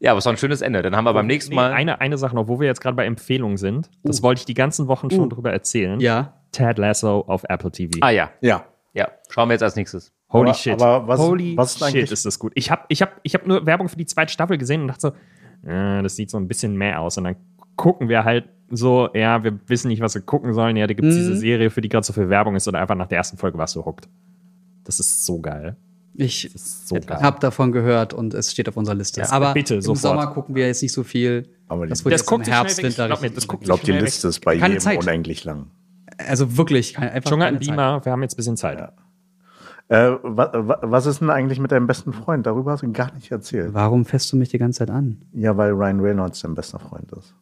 B: ja, aber es war ein schönes Ende. Dann haben wir
C: Oh,
B: beim nächsten
D: Nee,
B: Mal.
D: eine, eine Sache noch, wo wir jetzt gerade bei Empfehlungen sind. Das wollte ich die ganzen Wochen schon drüber erzählen.
A: Ja.
D: Ted Lasso auf Apple TV.
B: ah ja,
C: ja.
B: ja. Schauen wir jetzt als nächstes.
D: Holy
C: aber,
D: shit.
C: Aber was,
D: Holy
C: was ist eigentlich
D: shit, ist das gut. Ich habe ich hab, ich hab nur Werbung für die zweite Staffel gesehen und dachte so, äh, das sieht so ein bisschen mehr aus. Und dann gucken wir halt so, ja, wir wissen nicht, was wir gucken sollen. Ja, da gibt es diese Serie, für die gerade so viel Werbung ist und einfach nach der ersten Folge warst du hooked. Das ist so geil.
A: Ich
D: Das ist so geil.
A: habe davon gehört und es steht auf unserer Liste.
D: Ja,
A: Aber
D: bitte,
A: im
D: sofort.
A: Sommer gucken wir jetzt nicht so viel.
C: Aber
A: wird
C: die-
D: Das
A: jetzt im
D: guckt sich
A: Herbst,
D: schnell weg.
A: Winter
D: Glaub mir,
A: richtig-
D: das guckt
C: Ich glaube, die Liste ist bei
A: Keine
C: jedem
A: Zeit.
C: unendlich lang.
A: Also wirklich, kein, einfach
D: Dschungel,
A: keine Zeit.
D: Beamer, wir haben jetzt ein bisschen Zeit.
C: Äh, wa, wa, was ist denn eigentlich mit deinem besten Freund? Darüber hast du gar nicht erzählt.
A: Warum fährst du mich die ganze Zeit an?
C: Ja, weil Ryan Reynolds dein bester Freund ist.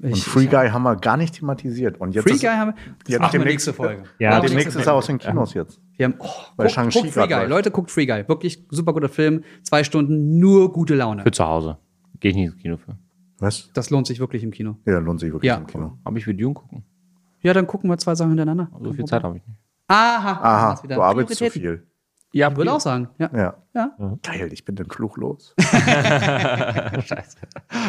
C: Und
A: Ich-
C: Free Guy haben wir gar nicht thematisiert. Und jetzt
A: Free
C: ist,
A: Guy haben wir. Das
C: jetzt
A: machen wir
C: demnächst-
A: nächste Folge.
C: Ja,
D: Ja,
A: Machen wir
C: demnächst
A: nächste
C: ist er aus den Kinos jetzt.
A: Wir haben, oh,
C: Weil
A: guck,
C: Shang-Chi
A: guckt Free
C: grad
A: Guy.
C: läuft.
A: Leute, guckt Free Guy. Wirklich super guter Film. Zwei Stunden, nur gute Laune.
B: Für zu Hause. Gehe ich nicht ins Kino für.
C: Was?
A: Das lohnt sich wirklich im Kino.
C: Ja, lohnt sich wirklich
A: Ja.
C: im Kino.
B: Aber ich will Dune gucken.
A: Ja, dann gucken wir zwei Sachen hintereinander.
B: So viel Zeit habe ich nicht.
A: Aha.
C: Aha,
A: hast wieder
C: du arbeitest zu
A: Prioritäten.
C: viel.
B: Ja,
A: Ich würde auch sagen. Ja.
C: Ja. Mhm.
A: Ja.
C: Geil, ich bin den Fluch los.
B: Scheiße.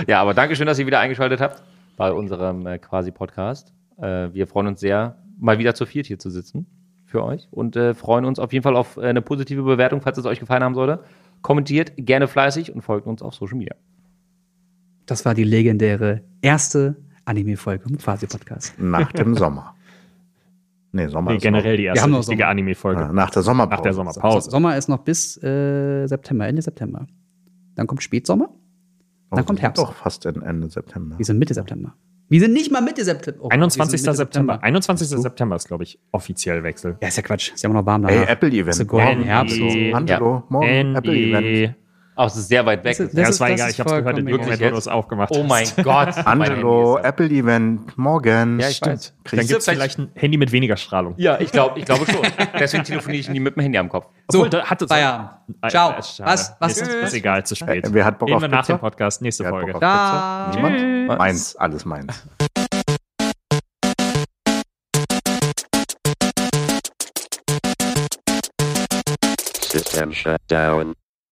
B: Ja, aber danke schön, dass ihr wieder eingeschaltet habt bei unserem äh, quasi Podcast. Äh, wir freuen uns sehr, mal wieder zu viert hier zu sitzen für euch und äh, freuen uns auf jeden Fall auf äh, eine positive Bewertung, falls es euch gefallen haben sollte. Kommentiert gerne fleißig und folgt uns auf Social Media.
A: Das war die legendäre erste Anime-Folge im Quasi-Podcast.
C: (laughs) Nach dem Sommer. Nee, Sommer
D: Nee,
C: ist noch-
D: generell die erste
A: haben noch
D: richtige
A: Sommer.
D: Anime-Folge.
C: Ja, nach der Sommerpause.
D: Nach der Sommerpause.
A: Sommer ist noch bis äh, September, Ende September. Dann kommt Spätsommer. Dann
C: Oh,
A: kommt
C: wir sind
A: Herbst.
C: Doch fast in- Ende September.
A: Wir sind Mitte September. Wir sind nicht mal Mitte September. Oh, wir sind
D: 21.
A: Mitte
D: September. 21. September ist, glaube ich, offiziell Wechsel.
A: Ja, ist ja Quatsch. Ist ja immer noch warm da.
C: Ey, Apple-Event.
A: Ist ja golden
D: Ey,
A: Herbst. so.
D: ey.
C: Angelo, morgen Apple-Event.
D: Andy.
B: Auch es ist sehr weit weg.
A: Das ist-
D: Ja,
A: das
D: es war
A: das
D: egal,
A: ist
D: ich hab's gehört,
A: vollkommen
D: in dem Moment, wo
B: egal.
D: du es aufgemacht
B: oh mein
D: hast.
B: Gott. mein
C: Angelo,
B: Handy ist ab.
C: Apple-Event, morgen.
B: Ja, ich weiß.
D: (laughs) Dann
C: Kriegst
D: gibt es
B: Vielleicht-
D: vielleicht ein Handy mit weniger Strahlung.
B: Ja, ich, glaub, ich glaube schon. Deswegen telefoniere ich nie mit dem Handy am Kopf.
A: So,
D: Obwohl, da hat es-
A: Feierabend.
D: Äh,
A: Ciao.
D: äh, schade.
A: Was? Was?
D: Ist, ist
A: Tschüss.
D: egal, zu spät.
C: Äh, wer hat Bock
D: Reden
C: auf
D: wir nach
C: Pizza?
D: dem Podcast, nächste
C: Wer hat
D: Folge.
C: Bock auf
A: Da.
C: Pizza? Niemand? Meins, alles meins.
E: System shut down.